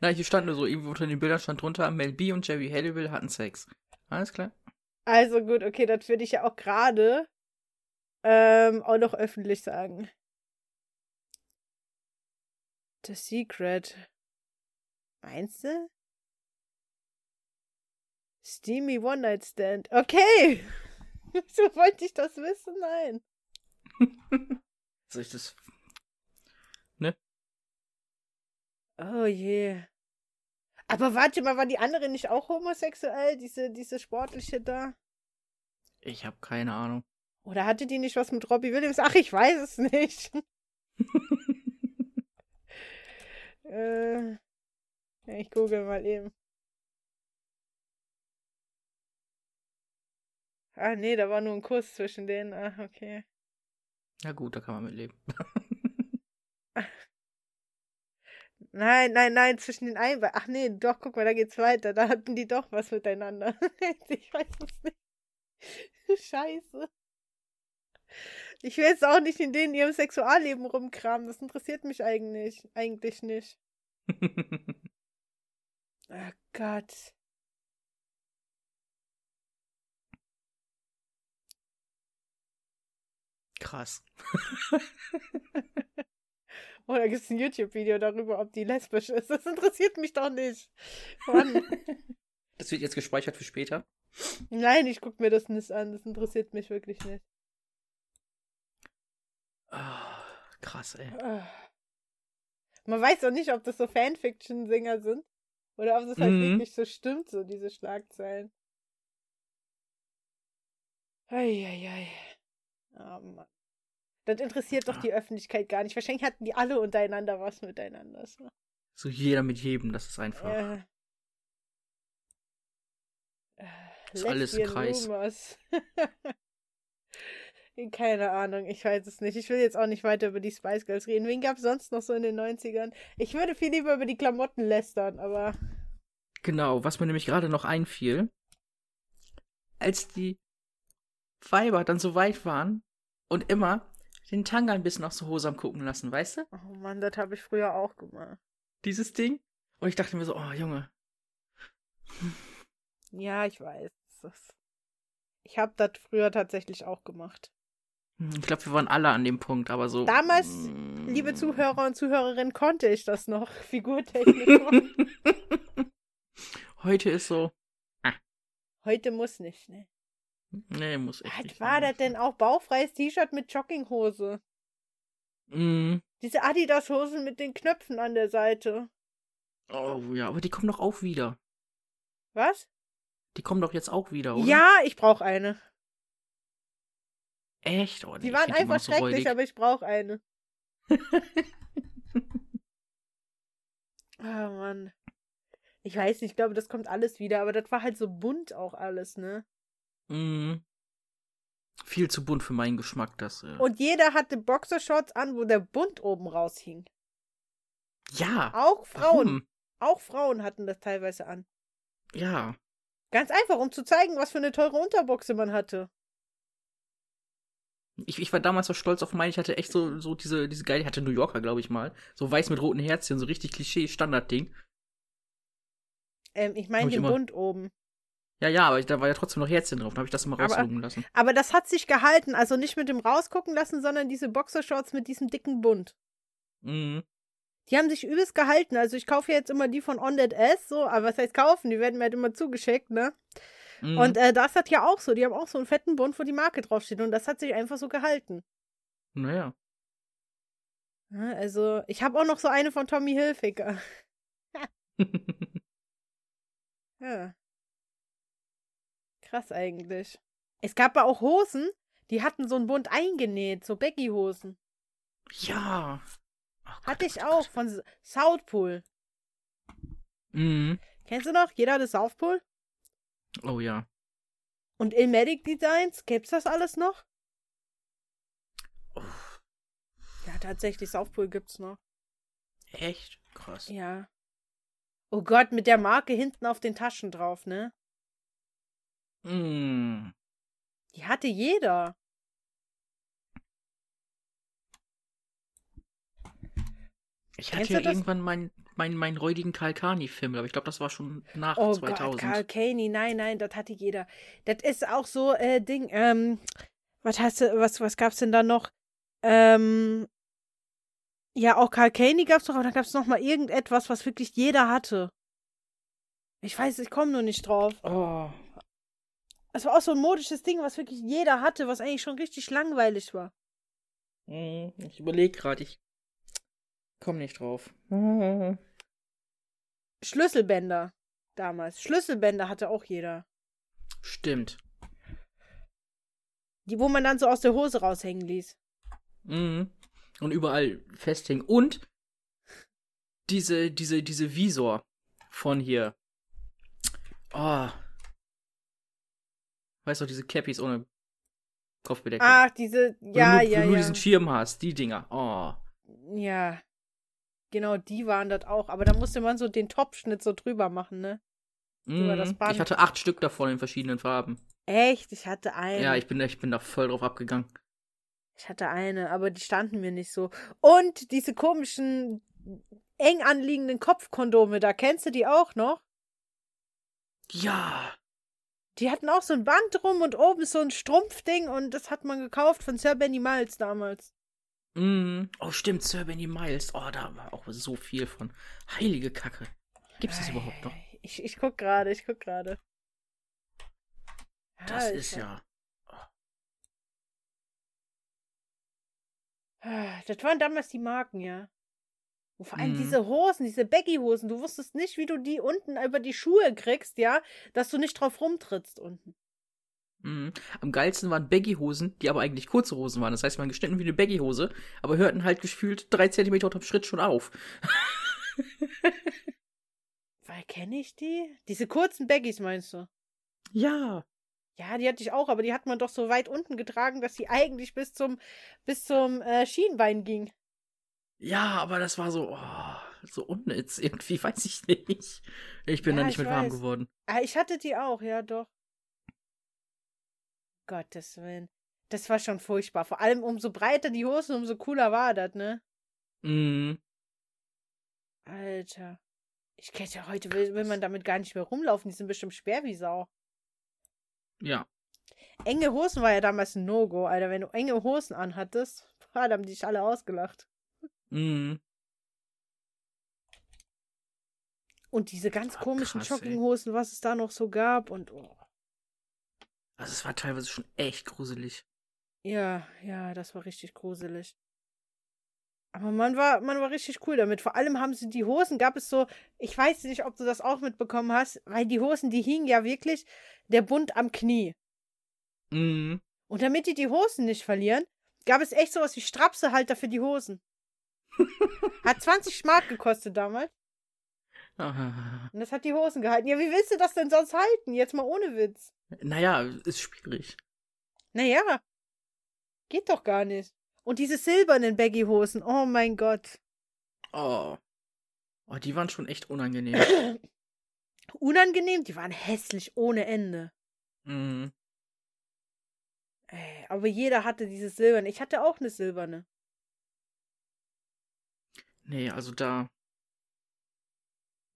A: Nein, hier stand nur so, irgendwo unter den Bildern stand drunter, Mel B und Jerry Halliwell hatten Sex. Alles klar.
B: Also gut, okay, das würde ich ja auch gerade ähm, auch noch öffentlich sagen. The Secret. Meinst du? Steamy One-Night-Stand. Okay. Wieso wollte ich das wissen? Nein.
A: Soll ich das?
B: Oh je. Aber warte mal, war die andere nicht auch homosexuell? Diese, diese sportliche da?
A: Ich habe keine Ahnung.
B: Oder hatte die nicht was mit Robbie Williams? Ach, ich weiß es nicht. äh, ja, ich google mal eben. Ah, nee, da war nur ein Kuss zwischen denen. Ach, okay.
A: Na gut, da kann man mitleben.
B: Nein, nein, nein, zwischen den Einbe. Ach nee, doch, guck mal, da geht's weiter. Da hatten die doch was miteinander. ich weiß es nicht. Scheiße. Ich will jetzt auch nicht in denen ihrem Sexualleben rumkramen. Das interessiert mich eigentlich, eigentlich nicht. Oh Gott.
A: Krass.
B: Oh, da gibt es ein YouTube-Video darüber, ob die lesbisch ist. Das interessiert mich doch nicht. Mann.
A: Das wird jetzt gespeichert für später.
B: Nein, ich gucke mir das nicht an. Das interessiert mich wirklich nicht.
A: Ah, krass, ey.
B: Ah. Man weiß auch nicht, ob das so Fanfiction-Singer sind oder ob das halt
A: Mhm.
B: wirklich so stimmt, so diese Schlagzeilen. Eieiei. Oh Mann. Das interessiert doch
A: Ah.
B: die Öffentlichkeit gar nicht. Wahrscheinlich hatten die alle untereinander was miteinander. So.
A: So jeder mit jedem, das ist einfach.
B: Äh. Äh,
A: Ist alles ein
B: Lesbian
A: Kreis.
B: Rumors. Keine Ahnung, ich weiß es nicht. Ich will jetzt auch nicht weiter über die Spice Girls reden. Wen gab es sonst noch so in den 90ern? Ich würde viel lieber über die Klamotten lästern, aber
A: Genau, was mir nämlich gerade noch einfiel, als die Weiber dann so weit waren und immer den Tanga ein bisschen aus der Hose am gucken lassen, weißt du?
B: oh Mann, das habe ich früher auch gemacht.
A: Dieses Ding. Und ich dachte mir so, oh Junge,
B: Ja, ich weiß. Das ist- Ich habe das früher tatsächlich auch gemacht.
A: hm, ich glaube, wir waren alle an dem Punkt, aber so.
B: Damals,
A: mm.
B: Liebe Zuhörer und Zuhörerinnen, konnte ich das noch figurtechnisch.
A: Heute ist so,
B: Heute muss nicht, ne?
A: nee, muss echt
B: Was
A: nicht
B: war
A: sein.
B: das denn auch? Bauchfreies T-Shirt mit Jogginghose.
A: Mm.
B: Diese Adidas-Hosen mit den Knöpfen an der Seite.
A: Oh ja, aber die kommen doch auch wieder.
B: Was?
A: Die kommen doch jetzt auch wieder, oder?
B: Ja, ich brauche eine.
A: Echt? Oh, nee,
B: Die
A: ich
B: waren
A: find die immer
B: einfach
A: noch so
B: schrecklich,
A: räudig.
B: aber ich brauche eine. Ah, Mann. Ich weiß nicht, ich glaube, das kommt alles wieder, aber das war halt so bunt auch alles, ne?
A: Mm. Viel zu bunt für meinen Geschmack, das. Äh.
B: Und jeder hatte Boxershorts an, wo der Bund oben raushing.
A: ja.
B: Auch Frauen.
A: Warum?
B: Auch Frauen hatten das teilweise an.
A: Ja.
B: Ganz einfach, um zu zeigen, was für eine teure Unterbuchse man hatte.
A: Ich, ich war damals so stolz auf meine, ich hatte echt so, so diese, diese geile, ich hatte New Yorker, glaube ich mal. So weiß mit roten Herzchen, so richtig Klischee, Standardding.
B: Ähm, ich
A: Hab
B: meine
A: ich
B: den
A: immer-
B: Bund oben.
A: Ja, ja, aber ich, da war ja trotzdem noch Herzchen drauf, da habe ich das mal
B: Aber-
A: rauslogen lassen.
B: Aber das hat sich gehalten. Also nicht mit dem rausgucken lassen, sondern diese Boxershorts mit diesem dicken Bund.
A: Mhm.
B: Die haben sich übelst gehalten. Also ich kaufe jetzt immer die von On That S, so, aber was heißt kaufen? Die werden mir halt immer zugeschickt, ne?
A: Mhm.
B: Und äh, das hat ja auch so. Die haben auch so einen fetten Bund, wo die Marke draufsteht. Und das hat sich einfach so gehalten.
A: naja.
B: Ja, Also, ich habe auch noch so eine von Tommy Hilfiger. Ja. Krass eigentlich. Es gab aber auch Hosen, die hatten so einen Bund eingenäht, so Baggy-Hosen.
A: ja. Oh Gott,
B: Hatte ich
A: Gott,
B: auch
A: Gott.
B: von Southpool.
A: Mhm.
B: Kennst du noch? Jeder hatte South Pole?
A: Oh ja.
B: Und Ilmatic Designs? Gibt's das alles noch?
A: Oh,
B: Ja, tatsächlich, South Pole gibt's noch.
A: echt krass.
B: Ja. Oh Gott, mit der Marke hinten auf den Taschen drauf, ne?
A: Mhm.
B: Die hatte jeder.
A: Ich
B: Kennst
A: hatte ja
B: du das?
A: irgendwann meinen mein, mein räudigen Kalkani-Film, aber ich glaube, das war schon nach
B: Oh Gott,
A: 2000.
B: Carl Caney, nein, nein, das hatte jeder. Das ist auch so, äh, Ding, ähm, was heißt, was, was gab's denn da noch? Ähm, ja, auch Carl Caney gab's noch, aber dann gab's noch mal irgendetwas, was wirklich jeder hatte. Ich weiß, ich komme nur nicht drauf.
A: Oh.
B: Es war auch so ein modisches Ding, was wirklich jeder hatte, was eigentlich schon richtig langweilig war.
A: Mm, Ich überlege gerade, ich komme nicht drauf.
B: Schlüsselbänder damals. Schlüsselbänder hatte auch jeder.
A: Stimmt.
B: Die, wo man dann so aus der Hose raushängen ließ.
A: Mhm. Und überall festhängen. Und diese, diese, diese Visor von hier. Oh. Weißt du, diese Cappies ohne Kopfbedeckung.
B: Ach, diese,
A: wo
B: Ah, ja,
A: du nur,
B: ja,
A: wo du nur
B: ja.
A: diesen Schirm hast, die Dinger. Oh.
B: Ja. Genau, die waren das auch. Aber da musste man so den Topfschnitt so drüber machen, ne? Über
A: Mhm.
B: das Band.
A: Ich hatte acht Stück davon in verschiedenen Farben.
B: Echt? Ich hatte eine.
A: Ja, ich bin, da- ich bin da voll drauf abgegangen.
B: Ich hatte eine, aber die standen mir nicht so. Und diese komischen, eng anliegenden Kopfkondome, da kennst du die auch noch?
A: Ja.
B: Die hatten auch so ein Band drum und oben so ein Strumpfding und das hat man gekauft von Sir Benny Miles damals. Mhm.
A: Mm. Oh, stimmt, Sir Benny Miles. Oh, da war auch so viel von. Heilige Kacke. Gibt's das überhaupt noch?
B: Ich, ich guck gerade, ich guck gerade.
A: Das
B: Alter.
A: ist ja.
B: Ah, Das waren damals die Marken, ja. Und vor allem
A: Mhm.
B: diese Hosen, diese Baggy-Hosen, du wusstest nicht, wie du die unten über die Schuhe kriegst, ja, dass du nicht drauf rumtrittst unten.
A: Mm. Am geilsten waren Baggy-Hosen, die aber eigentlich kurze Hosen waren. Das heißt, man geschnitten wie eine Baggy-Hose, aber hörten halt gefühlt drei Zentimeter unterm Schritt schon auf.
B: Weil kenne ich die? Diese kurzen Baggies meinst du?
A: Ja.
B: Ja, die hatte ich auch, aber die hat man doch so weit unten getragen, dass sie eigentlich bis zum, bis zum äh, Schienbein ging.
A: Ja, aber das war so, oh, so unnütz irgendwie, weiß ich nicht. Ich bin
B: Ja,
A: da nicht
B: ich
A: mit warm
B: weiß.
A: geworden.
B: Ah, ich hatte die auch, ja, doch. Gottes Willen. Das war schon furchtbar. Vor allem umso breiter die Hosen, umso cooler war das, ne?
A: Mm.
B: Alter. Ich kenne ja heute, will, will man damit gar nicht mehr rumlaufen. Die sind bestimmt schwer wie Sau.
A: Ja.
B: Enge Hosen war ja damals ein No-Go, Alter. Wenn du enge Hosen anhattest, boah, da haben die dich alle ausgelacht.
A: Mm.
B: Und diese ganz
A: Ah,
B: komischen
A: krass, ey.
B: Jogginghosen, was es da noch so gab und oh.
A: Also es war teilweise schon echt gruselig.
B: Ja, ja, das war richtig gruselig. Aber man war, man war richtig cool damit. Vor allem haben sie die Hosen, gab es so, ich weiß nicht, ob du das auch mitbekommen hast, weil die Hosen, die hingen ja wirklich der Bund am Knie.
A: Mm.
B: Und damit die die Hosen nicht verlieren, gab es echt sowas wie Strapsehalter für die Hosen. Hat 20 Mark gekostet damals.
A: Ah.
B: Und das hat die Hosen gehalten. Ja, wie willst du das denn sonst halten? Jetzt mal ohne Witz.
A: Naja, ist schwierig.
B: Naja. Geht doch gar nicht. Und diese silbernen Baggy-Hosen. Oh mein Gott.
A: Oh. Oh, die waren schon echt unangenehm.
B: unangenehm, die waren hässlich ohne Ende.
A: mm.
B: Ey, aber jeder hatte dieses silberne. Ich hatte auch eine silberne.
A: Nee, also da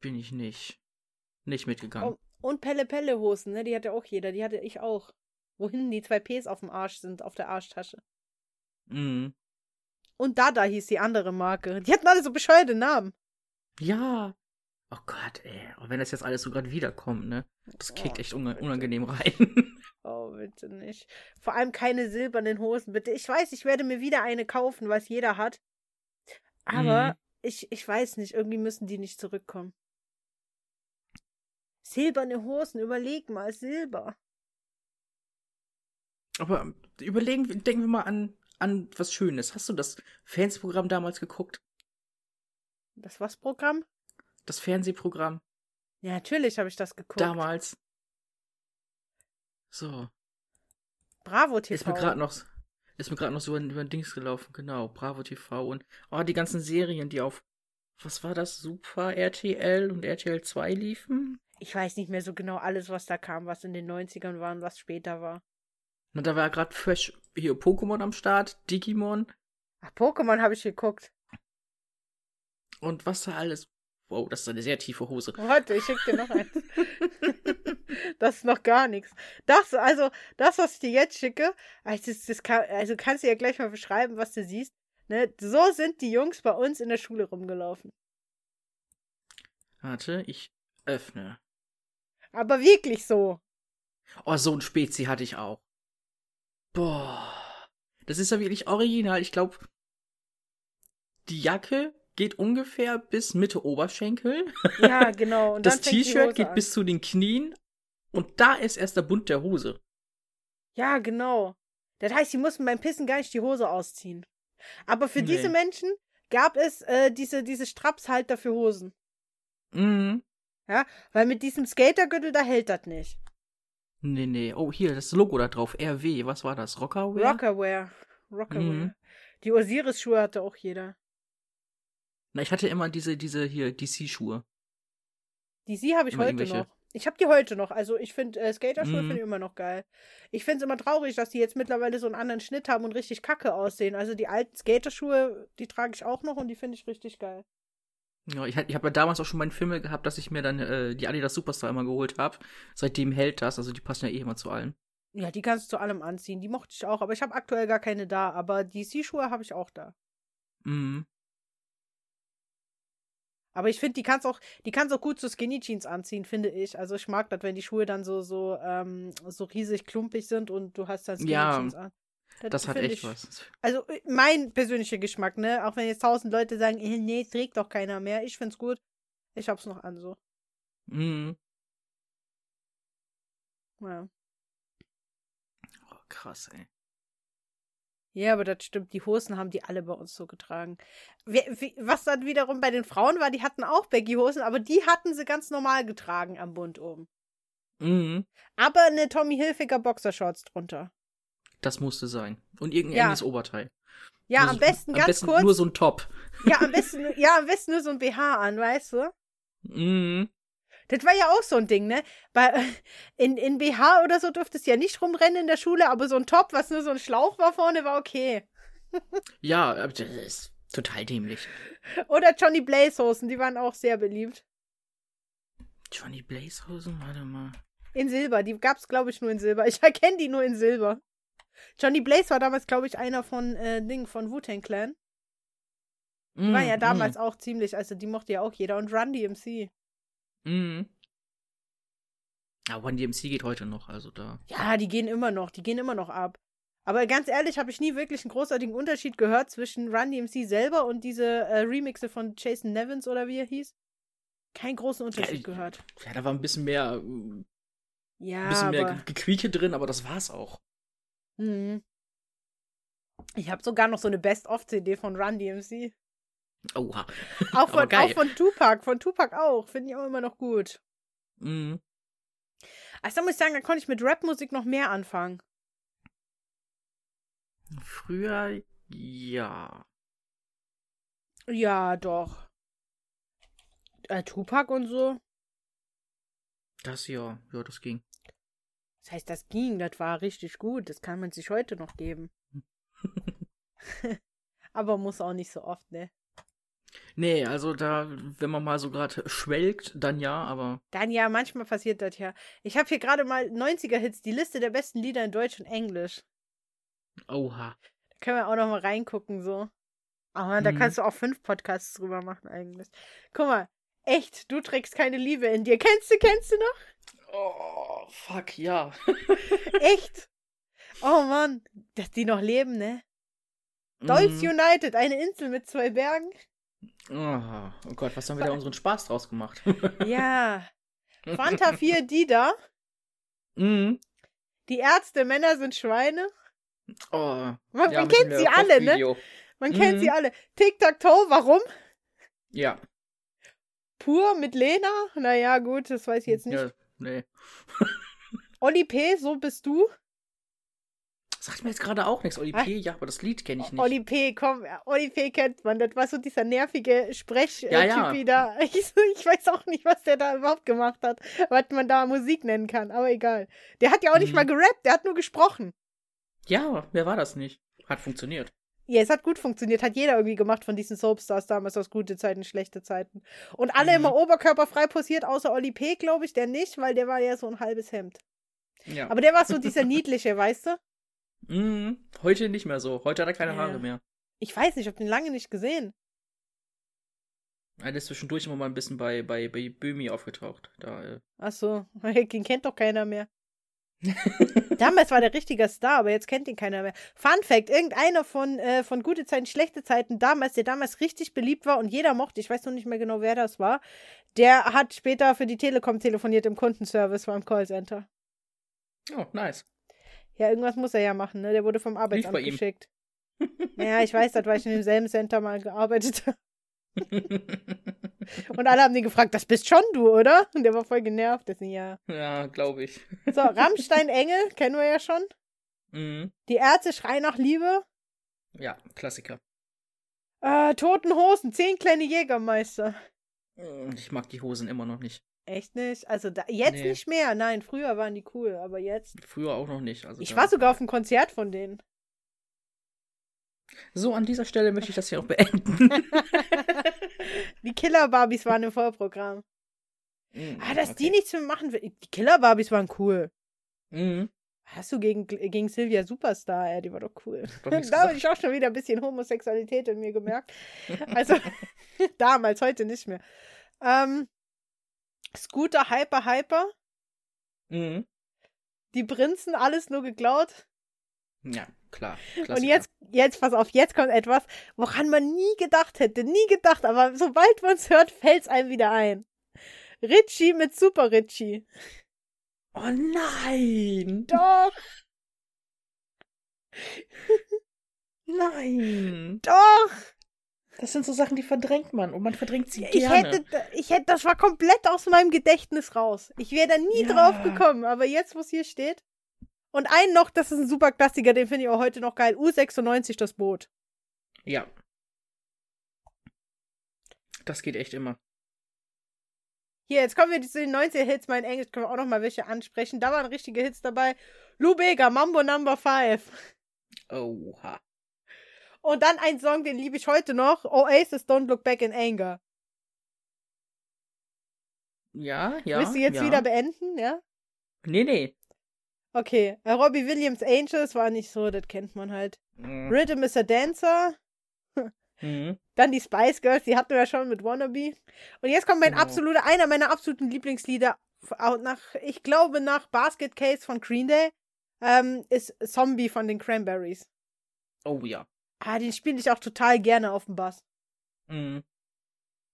A: bin ich nicht. Nicht mitgegangen.
B: Oh, und Pelle Pelle Hosen, ne? Die hatte auch jeder, die hatte ich auch. Wohin die zwei Ps auf dem Arsch sind, auf der Arschtasche.
A: Mm.
B: Und Dada hieß die andere Marke. Die hatten alle so bescheuerte Namen.
A: Ja. Oh Gott, ey. Und wenn das jetzt alles so gerade wiederkommt, ne? Das kickt
B: Oh,
A: echt unge
B: bitte.
A: unangenehm rein.
B: Oh, bitte nicht. Vor allem keine silbernen Hosen, bitte. Ich weiß, ich werde mir wieder eine kaufen, was jeder hat. Aber
A: Mhm.
B: ich, ich weiß nicht, irgendwie müssen die nicht zurückkommen. Silberne Hosen, überleg mal, Silber.
A: Aber ähm, überlegen, wir- denken wir mal an, an was Schönes. Hast du das Fernsehprogramm damals geguckt?
B: Das was Programm?
A: Das Fernsehprogramm
B: Ja, natürlich habe ich das geguckt.
A: damals? So.
B: Bravo TV.
A: Ist mir gerade noch, ist mir gerade noch so über den Dings gelaufen, genau. Bravo TV und oh, die ganzen Serien, die auf was war das? Super RTL und RTL 2 liefen?
B: ich weiß nicht mehr so genau alles, was da kam, was in den 90ern war und was später war.
A: Na, da war gerade fresh hier Pokémon am Start, Digimon
B: Ach, Pokémon habe ich geguckt.
A: und was da alles. Wow, das ist eine sehr tiefe Hose.
B: Warte, ich schicke dir noch eins. das ist noch gar nichts. Das, also, das, was ich dir jetzt schicke, also, das, das kann, also kannst du ja gleich mal beschreiben, was du siehst. Ne? So sind die Jungs bei uns in der Schule rumgelaufen.
A: Warte, ich öffne.
B: Aber wirklich so.
A: Oh, so ein Spezi hatte ich auch. Boah. Das ist ja wirklich original. Ich glaube, die Jacke geht ungefähr bis Mitte Oberschenkel.
B: Ja, genau. Und
A: das
B: dann fängt die Hose
A: T-Shirt geht
B: an.
A: bis zu den Knien und da ist erst der Bund der Hose.
B: Ja, genau. Das heißt, sie mussten beim Pissen gar nicht die Hose ausziehen. Aber für
A: Nee.
B: diese Menschen gab es äh, diese, diese Strapshalter für Hosen.
A: Mhm.
B: Weil mit diesem Skatergürtel, da hält das nicht.
A: Nee, nee. Oh, hier, das Logo da drauf. RW. Was war das? Rockerwear?
B: Rockerwear. Rockerwear.
A: Mhm.
B: Die Osiris-Schuhe hatte auch jeder.
A: Na, ich hatte immer diese, diese hier, DC-Schuhe.
B: Die sie habe ich
A: Immer
B: heute
A: irgendwelche. Mhm.
B: noch. Ich habe die heute noch. Also ich finde äh, Skaterschuhe finde ich immer noch geil. Ich finde es immer traurig, dass die jetzt mittlerweile so einen anderen Schnitt haben und richtig kacke aussehen. Also die alten Skaterschuhe, die trage ich auch noch und die finde ich richtig geil.
A: Ja, ich hab- ich habe ja damals auch schon meinen Film gehabt, dass ich mir dann äh, die Adidas Superstar immer geholt habe. Seitdem hält das, also die passen ja eh immer zu allen.
B: Ja, die kannst du zu allem anziehen. Die mochte ich auch, aber ich habe aktuell gar keine da. Aber die C-Schuhe habe ich auch da.
A: Mhm.
B: Aber ich finde, die kannst auch, die kannst auch gut zu Skinny Jeans anziehen, finde ich. Also ich mag das, wenn die Schuhe dann so so ähm, so riesig klumpig sind und du hast dann Skinny
A: Ja,
B: Jeans an.
A: Das hat
B: find
A: echt
B: ich-
A: was.
B: Also äh, mein persönlicher Geschmack, ne? Auch wenn jetzt tausend Leute sagen, eh, nee, trägt doch keiner mehr. Ich find's gut. Ich hab's noch an so.
A: Mhm.
B: Ja,
A: Oh, krass, ey.
B: ja aber das stimmt. Die Hosen haben die alle bei uns so getragen. Wer, wie, was dann wiederum bei den Frauen war, die hatten auch Baggy-Hosen, aber die hatten sie ganz normal getragen am Bund oben.
A: Mhm.
B: Aber eine Tommy Hilfiger Boxershorts drunter.
A: Das musste sein. Und irgendein
B: Ja.
A: enges Oberteil.
B: Ja,
A: Nur
B: am
A: so-
B: besten ganz
A: am besten
B: kurz.
A: Nur so ein Top.
B: Ja, am besten, ja, am besten nur so ein BH an, weißt du?
A: Mhm.
B: Das war ja auch so ein Ding, ne? Bei, in, in BH oder so durftest du ja nicht rumrennen in der Schule, aber so ein Top, was nur so ein Schlauch war vorne, war okay.
A: Ja, aber das ist total dämlich.
B: Oder Johnny Blaze Hosen, die waren auch sehr beliebt.
A: Johnny Blazehosen, warte mal.
B: In Silber, die gab's glaube ich nur in Silber. Ich erkenne die nur in Silber. Johnny Blaze war damals glaube ich einer von äh, Ding von Wu-Tang Clan.
A: Mhm.
B: war ja damals auch ziemlich, also die mochte ja auch jeder und Run DMC.
A: Mhm. Ja, One DMC geht heute noch, also da.
B: Ja, die gehen immer noch, die gehen immer noch ab. Aber ganz ehrlich, habe ich nie wirklich einen großartigen Unterschied gehört zwischen Run DMC selber und diese äh, Remixe von Jason Nevins oder wie er hieß. Keinen großen Unterschied
A: ich-
B: gehört.
A: Ja, da war ein bisschen mehr, äh, ein
B: Ja,
A: bisschen mehr
B: aber,
A: Ge- Gequieke drin, aber das war's auch.
B: Mhm. Ich habe sogar noch so eine Best-of-CD von Run DMC.
A: Oha.
B: Auch
A: Aber
B: von, auch
A: geil.
B: von Tupac, von Tupac auch. Finde ich auch immer noch gut.
A: Mhm.
B: Also da muss ich sagen, da konnte ich mit Rap-Musik noch mehr anfangen.
A: Früher, ja.
B: Ja, doch. Äh, Tupac und so.
A: Das ja, ja, das ging.
B: Das heißt, das ging, das war richtig gut. Das kann man sich heute noch geben. Aber muss auch nicht so oft, ne?
A: Nee, also da, wenn man mal so gerade schwelgt, dann ja, aber
B: Dann ja, manchmal passiert das ja. Ich habe hier gerade mal 90er-Hits, die Liste der besten Lieder in Deutsch und Englisch.
A: oha.
B: Da können wir auch noch mal reingucken, so. Aber da
A: Mhm.
B: kannst du auch fünf Podcasts drüber machen, eigentlich. Guck mal, echt, du trägst keine Liebe in dir. Kennst du, kennst du noch?
A: Oh, fuck, ja.
B: Echt? Oh Mann, dass die noch leben, ne? Dolls
A: Mhm.
B: United, eine Insel mit zwei Bergen.
A: Oh, oh Gott, was haben wir da unseren Spaß draus gemacht?
B: Ja. Fanta 4 Dida.
A: mhm.
B: Die Ärzte, Männer sind Schweine.
A: Oh.
B: Man,
A: ja,
B: man
A: mit
B: kennt
A: dem,
B: sie
A: äh,
B: alle, ne?
A: Kochvideo.
B: Man kennt
A: Mhm.
B: sie alle. Tic-Tac-Toe, warum?
A: Ja.
B: Pur mit Lena? Naja, gut, das weiß ich jetzt nicht.
A: ja. Nee.
B: Oli P., so bist du?
A: Sagt mir jetzt gerade auch nichts. Oli
B: Ah.
A: P, ja, aber das Lied kenne ich nicht.
B: Oli P., komm, ja, Oli P. kennt man. Das war so dieser nervige Sprechtyp
A: Ja, ja.
B: wieder. Ich, ich weiß auch nicht, was der da überhaupt gemacht hat, was man da Musik nennen kann, aber egal. Der hat ja auch nicht
A: Mhm.
B: mal gerappt, der hat nur gesprochen.
A: Ja, wer war das nicht? Hat funktioniert.
B: Ja, es hat gut funktioniert, hat jeder irgendwie gemacht von diesen Soapstars damals aus gute Zeiten, schlechte Zeiten. Und alle
A: Mhm.
B: immer oberkörperfrei posiert, außer Oli P., glaube ich, der nicht, weil der war ja so ein halbes Hemd.
A: Ja.
B: Aber der war so dieser niedliche, weißt du?
A: mhm. Heute nicht mehr so. Heute hat er keine
B: Ja.
A: Haare mehr.
B: Ich weiß nicht, ich habe den lange nicht gesehen.
A: Er ist zwischendurch immer mal ein bisschen bei, bei, bei Böhmi aufgetaucht. Da, äh.
B: Ach so, den kennt doch keiner mehr. Damals war der richtiger Star, aber jetzt kennt ihn keiner mehr. Fun Fact, irgendeiner von, äh, von Gute Zeiten, Schlechte Zeiten damals, der damals richtig beliebt war und jeder mochte, ich weiß noch nicht mehr genau, wer das war, der hat später für die Telekom telefoniert im Kundenservice, war im Callcenter.
A: Oh, nice.
B: Ja, irgendwas muss er ja machen, ne? Der wurde vom Arbeitsamt
A: bei ihm.
B: geschickt. Naja, ich weiß das, weil ich in demselben Center mal gearbeitet habe. Und alle haben den gefragt, das bist schon du, oder? Und der war voll genervt. Deswegen, ja.
A: ja, glaube ich.
B: So, Rammstein Engel, kennen wir ja schon.
A: Mhm.
B: Die Ärzte schreien nach Liebe.
A: Ja, Klassiker.
B: Äh, Toten Hosen, zehn kleine Jägermeister.
A: Mhm, Ich mag die Hosen immer noch nicht.
B: Echt nicht? Also da, jetzt
A: Nee.
B: nicht mehr. Nein, früher waren die cool, aber jetzt.
A: Früher auch noch nicht. Also
B: Ich
A: da-
B: war sogar auf einem Konzert von denen.
A: So, an dieser Stelle möchte ich das hier auch beenden.
B: Die Killer Barbies waren im Vorprogramm.
A: Mm,
B: Ah, dass die
A: okay.
B: nichts mehr machen will. Die Killer Barbies waren cool.
A: Mhm.
B: Hast du gegen, gegen Sylvia Superstar, ja, die war doch cool.
A: Hab doch
B: Da
A: nichts
B: habe
A: gesagt.
B: ich auch schon wieder ein bisschen Homosexualität in mir gemerkt. Also damals, heute nicht mehr. Ähm, Scooter Hyper Hyper,
A: Mhm.
B: die Prinzen, alles nur geklaut.
A: Ja, klar.
B: Und
A: Klassiker.
B: jetzt, jetzt, pass auf, jetzt kommt etwas, woran man nie gedacht hätte, nie gedacht, aber sobald man es hört, fällt es einem wieder ein. Richie mit Super Richie.
A: Oh nein!
B: Doch,
A: Nein!
B: doch.
A: Das sind so Sachen, die verdrängt man und man verdrängt sie
B: Ich
A: gerne.
B: hätte, ich hätte, das war komplett aus meinem Gedächtnis raus. Ich wäre da nie
A: Ja.
B: drauf gekommen, aber jetzt, wo es hier steht. Und einen noch, das ist ein super Klassiker, den finde ich auch heute noch geil. U96, das Boot.
A: Ja. Das geht echt immer.
B: Hier, jetzt kommen wir zu den 90er-Hits. Mein Englisch können wir auch noch mal welche ansprechen. Da waren richtige Hits dabei. Lou Bega, Mambo Number 5.
A: Oha.
B: Und dann ein Song, den liebe ich heute noch. Oasis, Don't Look Back in Anger.
A: Ja, ja.
B: Willst du jetzt
A: ja.
B: wieder beenden, ja?
A: Nee, nee.
B: Okay. Äh, Robbie Williams, Angels war nicht so, das kennt man halt.
A: Mhm.
B: Rhythm is a Dancer.
A: Mhm.
B: Dann die Spice Girls, die hatten wir ja schon mit Wannabe. Und jetzt kommt mein
A: Genau.
B: absoluter, einer meiner absoluten Lieblingslieder, auch nach, ich glaube nach Basket Case von Green Day, ähm, ist Zombie von den Cranberries.
A: Oh ja.
B: Ah, den spiele ich auch total gerne auf dem Bass.
A: Mhm.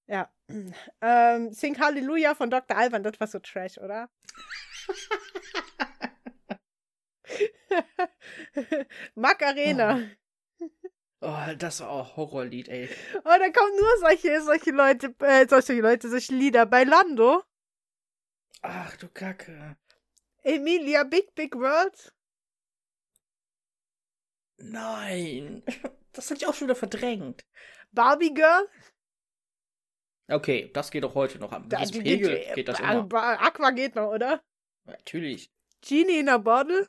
B: Ja. Ähm, Sing Hallelujah von Dr. Alban, das war so trash, oder? Macarena.
A: Oh, das war auch ein Horrorlied, ey.
B: Oh, da kommen nur solche, solche Leute, äh, solche Leute, solche Lieder. Bei Lando.
A: Ach du Kacke.
B: Emilia Big Big World.
A: Nein. Das hatte ich auch schon wieder verdrängt.
B: Barbie Girl.
A: Okay, das geht auch heute noch. Am
B: Da-
A: diesem
B: die- die-
A: Pegel
B: die-
A: geht das
B: Ba-
A: immer.
B: Ba- Aqua geht noch, oder?
A: Natürlich.
B: Genie in a Bottle.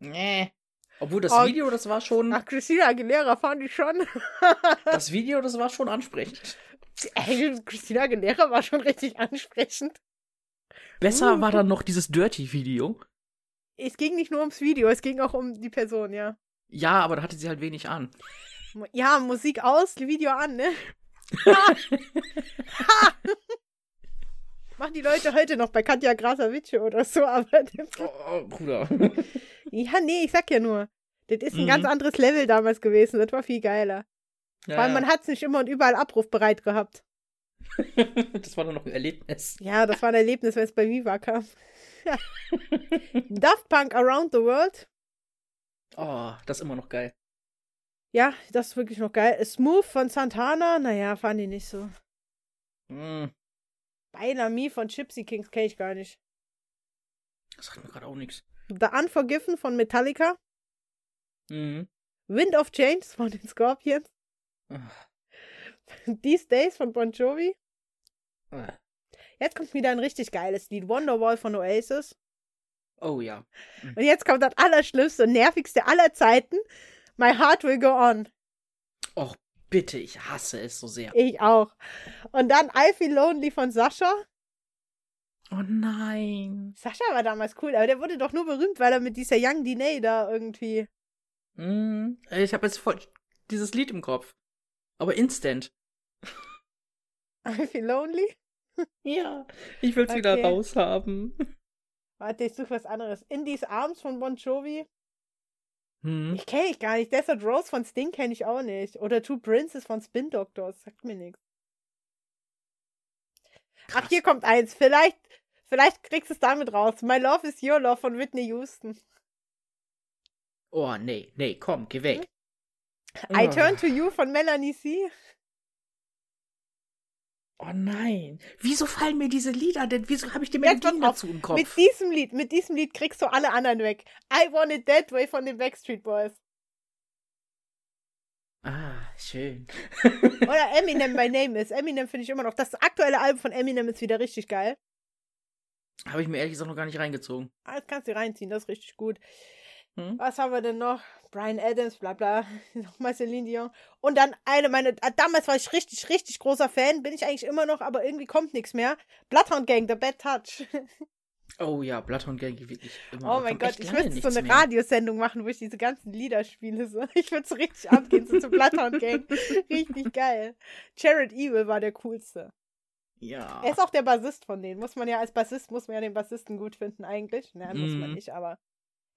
A: Nee. Obwohl das
B: Oh.
A: Video, das war schon.
B: Ach, Christina Aguilera fand ich schon.
A: Das Video, das war schon ansprechend.
B: Ey, Christina Aguilera war schon richtig ansprechend.
A: Besser
B: Uh.
A: war dann noch dieses Dirty-Video.
B: Es ging nicht nur ums Video, es ging auch um die Person, ja.
A: Ja, aber da hatte sie halt wenig an.
B: Mu- Ja, Musik aus, Video an, ne? Machen die Leute heute noch bei Katja Grasavice oder so, aber
A: Oh, oh, Bruder.
B: ja, nee, ich sag ja nur. Das ist ein
A: Mhm.
B: ganz anderes Level damals gewesen, das war viel geiler.
A: Ja,
B: Weil man hat es nicht immer und überall abrufbereit gehabt.
A: ja. das war nur noch ein Erlebnis.
B: Ja, das war ein Erlebnis, wenn es bei Viva kam. Daft Punk Around the World.
A: Oh, das ist immer noch geil.
B: Ja, das ist wirklich noch geil. Smooth von Santana. Naja, fanden die nicht so.
A: Mm,
B: Bailami von Gypsy Kings kenne ich gar nicht.
A: das sagt mir gerade auch nichts.
B: The Unforgiven von Metallica.
A: Mhm.
B: Wind of Change von den Scorpions.
A: Ah,
B: These Days von Bon Jovi.
A: ah.
B: Jetzt kommt wieder ein richtig geiles Lied. Wonderwall von Oasis.
A: Oh ja.
B: Und jetzt kommt das Allerschlimmste und Nervigste aller Zeiten. My Heart Will Go On.
A: Och, bitte, ich hasse es so sehr.
B: Ich auch. Und dann I Feel Lonely von Sascha.
A: Oh nein.
B: Sascha war damals cool, aber der wurde doch nur berühmt, weil er mit dieser Young Diney da irgendwie.
A: Mm, ich habe jetzt voll dieses Lied im Kopf. Aber instant.
B: I Feel Lonely?
A: Ja. Ich will's
B: Okay.
A: wieder raushaben.
B: Warte, ich suche was anderes. In These Arms von Bon Jovi.
A: Hm.
B: Ich kenne ich gar nicht. Desert Rose von Sting kenne ich auch nicht. Oder Two Princes von Spin Doctors. Sagt mir nichts. Ach, hier kommt eins. Vielleicht, vielleicht kriegst du es damit raus. My Love is Your Love von Whitney Houston.
A: Oh nee, nee, komm, geh weg.
B: I
A: Ah.
B: Turn to You von Melanie C.
A: Oh nein. Wieso fallen mir diese Lieder denn? Wieso habe ich die
B: Jetzt pass
A: Melodien
B: auf,
A: dazu im Kopf?
B: Mit diesem Lied, mit diesem Lied kriegst du alle anderen weg. I Want It That Way von den Backstreet Boys.
A: Ah, Schön.
B: Oder Eminem My Name ist. Eminem finde ich immer noch. Das aktuelle Album von Eminem ist wieder richtig geil.
A: Habe ich mir ehrlich gesagt noch gar nicht reingezogen.
B: Ah, Das kannst du dir reinziehen, das ist richtig gut.
A: Hm?
B: Was haben wir denn noch? Brian Adams, bla bla. Nochmal Celine Dion. Und dann eine meiner. ah, Damals war ich richtig, richtig großer Fan. Bin ich eigentlich immer noch, aber irgendwie kommt nichts mehr. Bloodhound Gang, The Bad Touch.
A: Oh ja, Bloodhound Gang wirklich immer.
B: Oh
A: noch.
B: mein
A: Kommt
B: Gott,
A: echt
B: ich
A: lange
B: müsste so
A: nichts
B: eine
A: mehr.
B: Radiosendung machen, wo ich diese ganzen Lieder spiele. So. Ich würde so richtig abgehen, so zu Bloodhound Gang. Richtig geil. Jared Evil war der coolste.
A: Ja.
B: Er ist auch der Bassist von denen. Muss man ja als Bassist, muss man ja den Bassisten gut finden eigentlich. Nein, muss man
A: Mhm.
B: nicht, aber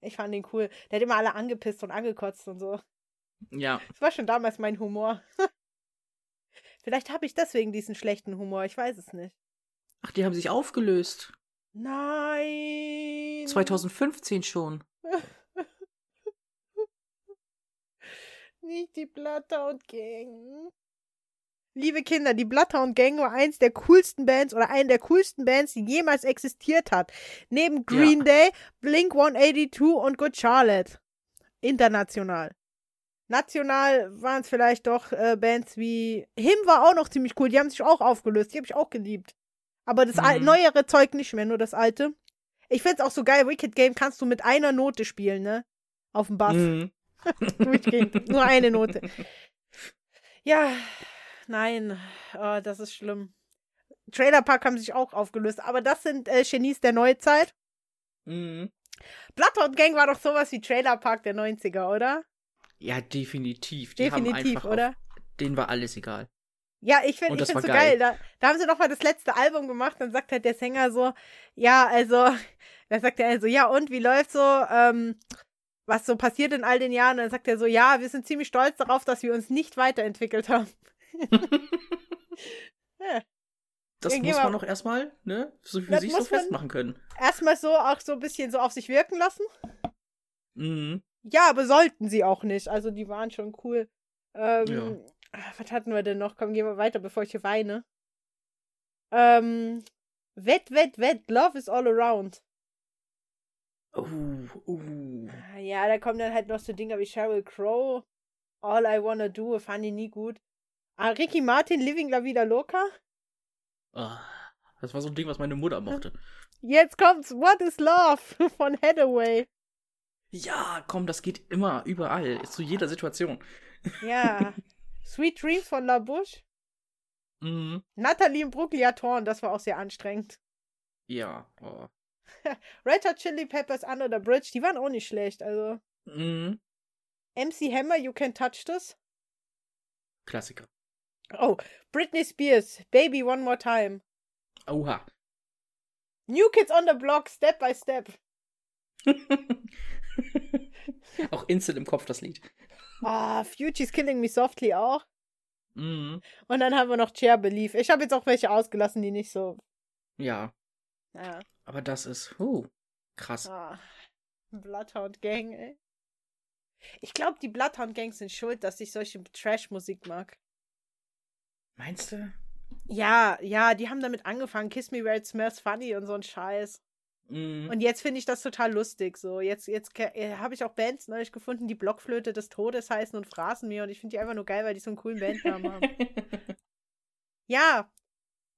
B: ich fand den cool. Der hat immer alle angepisst und angekotzt und so.
A: Ja.
B: Das war schon damals mein Humor. Vielleicht habe ich deswegen diesen schlechten Humor, ich weiß es nicht.
A: Ach, die haben sich aufgelöst.
B: Nein.
A: 2015 schon.
B: Nicht die Bloodhound Gang. Liebe Kinder, die Bloodhound Gang war eins der coolsten Bands oder eine der coolsten Bands, die jemals existiert hat. Neben Green Day, Blink 182 und Good Charlotte. International. National waren es vielleicht doch äh, Bands wie Him war auch noch ziemlich cool. Die haben sich auch aufgelöst. Die habe ich auch geliebt. Aber das al-
A: Mhm.
B: neuere Zeug nicht mehr, nur das alte. Ich find's auch so geil. Wicked Game kannst du mit einer Note spielen, ne? Auf dem Bass
A: Mhm.
B: durchgehend. Nur eine Note. Ja, nein, oh, das ist schlimm. Trailer Park haben sich auch aufgelöst, aber das sind äh, Genies der Neuzeit.
A: Mhm.
B: Bloodhound Gang war doch sowas wie Trailer Park der 90er, oder?
A: Ja, definitiv. Die haben
B: Definitiv,
A: einfach
B: oder?
A: Auf, denen war alles egal.
B: Ja, ich
A: Und
B: finde ich
A: das
B: find's so
A: war
B: geil.
A: geil.
B: Da, da haben sie nochmal das letzte Album gemacht, dann sagt halt der Sänger so, ja, also, da sagt er also, ja, und wie läuft so, ähm, was so passiert in all den Jahren? Und dann sagt er so, ja, wir sind ziemlich stolz darauf, dass wir uns nicht weiterentwickelt haben.
A: Das
B: Ja, geh
A: muss
B: mal-
A: man auch erstmal, ne, so für
B: Das
A: sich so
B: muss man-
A: festmachen können.
B: Erstmal so auch so ein bisschen so auf sich wirken lassen.
A: Mhm.
B: Ja, aber sollten sie auch nicht. Also die waren schon cool. Ähm, Was hatten wir denn noch? Komm, gehen wir weiter, bevor ich hier weine. Ähm, wett, wett, wett, love is all around.
A: Uh, uh.
B: Ja, da kommen dann halt noch so Dinger wie Sheryl Crow, All I Wanna Do, fand ich nie gut. Ah, Ricky Martin, Living La Vida Loca.
A: Ah, Das war so ein Ding, was meine Mutter mochte.
B: Jetzt kommt's What is Love von Hathaway.
A: Ja, komm, das geht immer, überall, zu jeder Situation.
B: Ja. Sweet Dreams von La Bouche.
A: Mhm.
B: Nathalie und Brugliatorn, das war auch sehr anstrengend.
A: Ja. Oh.
B: Red Hot Chili Peppers, Under the Bridge, die waren auch nicht schlecht. Also
A: Mhm.
B: MC Hammer, You Can Touch This.
A: Klassiker.
B: Oh, Britney Spears, Baby One More Time.
A: Oha.
B: New Kids on the Block, Step by Step.
A: auch instant im Kopf das Lied.
B: Ah, Fugees Killing Me Softly auch.
A: Mhm.
B: Und dann haben wir noch Chair Belief. Ich habe jetzt auch welche ausgelassen, die nicht so.
A: Ja,
B: Ja.
A: aber das ist, huh, krass.
B: Ah. Bloodhound Gang, ey. Ich glaube, die Bloodhound Gangs sind schuld, dass ich solche Trash-Musik mag.
A: Meinst du?
B: Ja, ja, die haben damit angefangen. Kiss Me Where It Smells Funny und so ein Scheiß.
A: Mhm.
B: Und jetzt finde ich das total lustig. So, jetzt, jetzt ke- äh, habe ich auch Bands neulich gefunden, die Blockflöte des Todes heißen und fraßen mir. Und ich finde die einfach nur geil, weil die so einen coolen Bandnamen haben. Ja,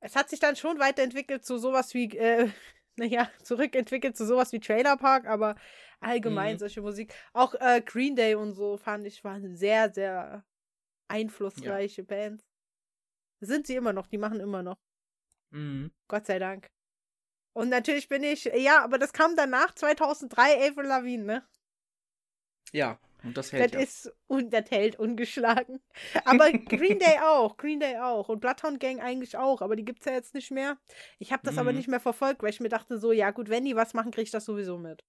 B: es hat sich dann schon weiterentwickelt zu sowas wie, äh, naja, zurückentwickelt zu sowas wie Trailer Park, aber allgemein
A: Mhm.
B: solche Musik. Auch äh, Green Day und so fand ich, waren sehr, sehr einflussreiche Bands. Sind sie immer noch, die machen immer noch.
A: mhm.
B: Gott sei Dank. Und natürlich bin ich, ja, aber das kam danach 2003 Avril Lavigne, ne?
A: Ja, und das
B: Das
A: hält ja.
B: ist und das hält ungeschlagen. Aber Green Day auch, Green Day auch und Bloodhound Gang eigentlich auch, aber die gibt's ja jetzt nicht mehr. Ich habe das aber
A: Mhm.
B: nicht mehr verfolgt, weil ich mir dachte so, ja gut, wenn die was machen, krieg ich das sowieso mit.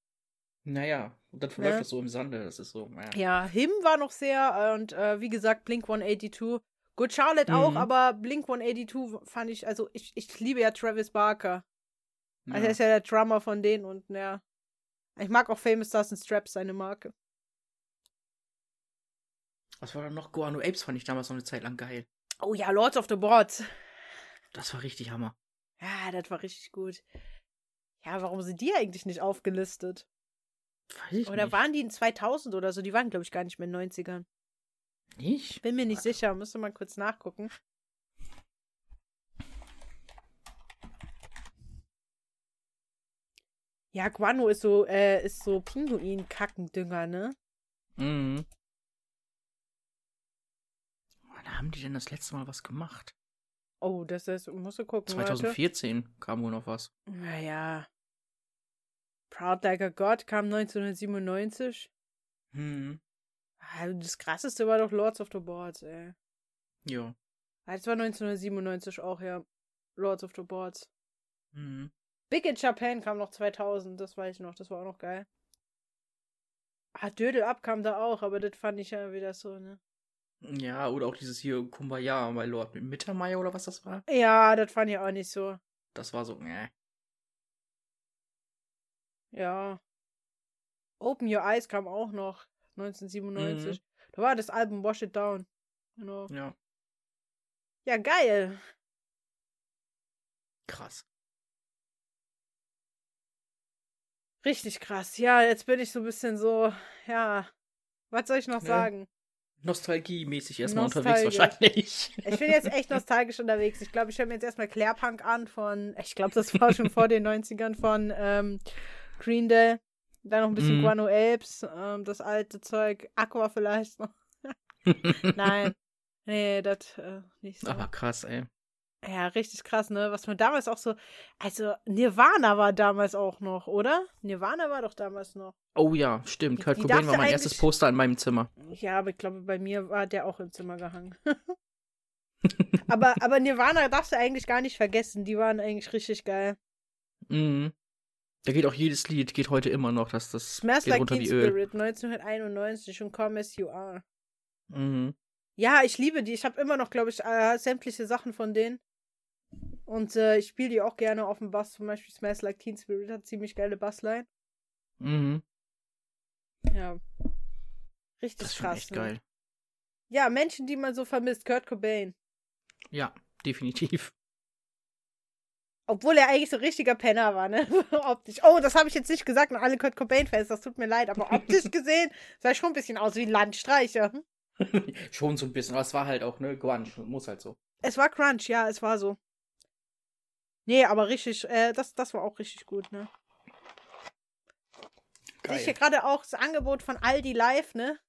A: Naja, und dann verläuft
B: Ne?
A: das so im Sande. Das ist so, naja.
B: Ja, Him war noch sehr äh, und äh, wie gesagt Blink 182. Good Charlotte auch,
A: Mhm.
B: aber Blink 182 fand ich, also ich, ich liebe ja Travis Barker. Also er
A: ja.
B: ist ja der Drummer von denen und ja. Ich mag auch Famous Stars and Straps, seine Marke.
A: Was war dann noch? Guano Apes fand ich damals noch eine Zeit lang geil.
B: Oh ja, Lords of the Boards.
A: Das war richtig Hammer.
B: Ja, das war richtig gut. Ja, warum sind die eigentlich nicht aufgelistet?
A: Weiß ich
B: Oder
A: nicht.
B: waren die in 2000 oder so? Die waren, glaube ich, gar nicht mehr in den 90ern.
A: Ich?
B: Bin mir nicht sicher, müsste mal kurz nachgucken. Ja, Guano ist so, äh, ist so Pinguin-Kackendünger, ne?
A: Mhm. Wann haben die denn das letzte Mal was gemacht?
B: Oh, das ist, musst du gucken. warte.
A: 2014 kam wohl noch was.
B: Naja. Proud Like a God kam 1997.
A: Hm.
B: Ah, Das krasseste war doch Lords of the Boards, ey.
A: Ja.
B: Ah, Das war 1997 auch, ja. Lords of the Boards.
A: Mhm.
B: Big in Japan kam noch 2000, das weiß ich noch, das war auch noch geil. Ah, Dödel ab kam da auch, aber das fand ich ja wieder so, ne?
A: Ja, oder auch dieses hier Kumbaya, mein Lord, mit Mittermeier oder was das war.
B: Ja, das fand ich auch nicht so.
A: Das war so, äh.
B: Ja. Open Your Eyes kam auch noch, 1997. Da war das Album Wash It Down. Genau.
A: Ja,
B: Ja, geil.
A: krass.
B: Richtig krass. Ja, jetzt bin ich so ein bisschen so, ja. Was soll ich noch
A: Ne?
B: sagen?
A: Nostalgiemäßig erstmal
B: Nostalgisch.
A: unterwegs wahrscheinlich.
B: Ich bin jetzt echt nostalgisch unterwegs. Ich glaube, ich höre mir jetzt erstmal Clairpunk an von, ich glaube, das war schon vor den 90ern von ähm, Green Day. Dann noch ein bisschen
A: Mhm.
B: Guano Apes, ähm, das alte Zeug, Aqua vielleicht noch. Nein. Nee, das äh, nicht so.
A: Aber krass, ey.
B: Ja, richtig krass, ne? Was man damals auch so. Also, Nirvana war damals auch noch, oder? Nirvana war doch damals noch.
A: Oh ja, stimmt.
B: Die-
A: Kurt
B: die
A: Cobain
B: darfst
A: war
B: du
A: mein erstes
B: eigentlich-
A: Poster in meinem Zimmer.
B: Ja, aber ich glaube, bei mir war der auch im Zimmer gehangen. aber, aber Nirvana darfst du eigentlich gar nicht vergessen. Die waren eigentlich richtig geil.
A: Mhm. Da geht auch jedes Lied, geht heute immer noch, dass das
B: Smells
A: geht
B: Like
A: runter
B: Teen
A: wie Öl.
B: Spirit 1991 und Come As You Are.
A: Mhm.
B: Ja, ich liebe die. Ich habe immer noch, glaube ich, äh, sämtliche Sachen von denen. Und äh, ich spiele die auch gerne auf dem Bass. Zum Beispiel Smells Like Teen Spirit hat ziemlich geile Bassline.
A: Mhm.
B: Ja. Richtig
A: Das ist schon
B: krass.
A: echt
B: ne?
A: geil.
B: Ja, Menschen, die man so vermisst. Kurt Cobain.
A: Ja, definitiv.
B: Obwohl er eigentlich so ein richtiger Penner war, ne? optisch. Oh, das habe ich jetzt nicht gesagt an alle Kurt Cobain-Fans, das tut mir leid, aber optisch gesehen sah ich schon ein bisschen aus wie ein Landstreicher. Hm?
A: Schon so ein bisschen, aber es war halt auch, ne, Grunge, muss halt so.
B: Es war Crunch, ja, es war so. Nee, aber richtig, äh, das, das war auch richtig gut, ne? Sehe ich hier gerade auch das Angebot von Aldi Live, ne?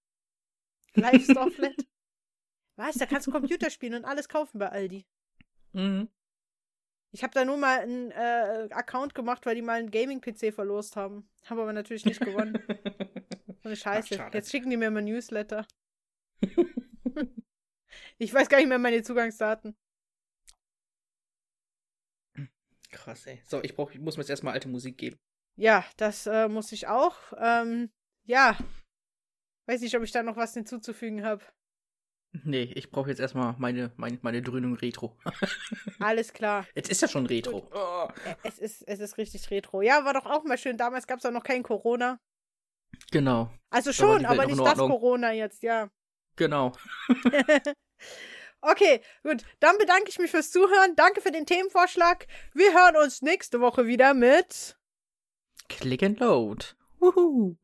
B: Live Stofflet. Was? Da kannst du Computer spielen und alles kaufen bei Aldi.
A: Mhm.
B: Ich habe da nur mal einen äh, Account gemacht, weil die mal einen Gaming-PC verlost haben. Habe aber natürlich nicht gewonnen. So eine Scheiße.
A: Ach, schade.
B: Jetzt schicken die mir mal Newsletter. ich weiß gar nicht mehr meine Zugangsdaten.
A: Krass, ey. So, ich, brauch, ich muss mir jetzt erstmal alte Musik geben.
B: Ja, das äh, muss ich auch. Ähm, ja. Weiß nicht, ob ich da noch was hinzuzufügen habe.
A: Nee, ich brauche jetzt erstmal meine, meine, meine Dröhnung Retro.
B: Alles klar.
A: Jetzt ist ja schon Retro. Oh.
B: Ä- Es ist, es ist richtig retro. Ja, war doch auch mal schön. Damals gab es auch noch kein Corona.
A: Genau,
B: Also
A: Da war
B: schon,
A: die Welt
B: aber
A: noch in
B: nicht das
A: Ordnung.
B: Corona jetzt, ja.
A: genau.
B: Okay, gut. Dann bedanke ich mich fürs Zuhören. Danke für den Themenvorschlag. Wir hören uns nächste Woche wieder mit.
A: Click and Load. Wuhu.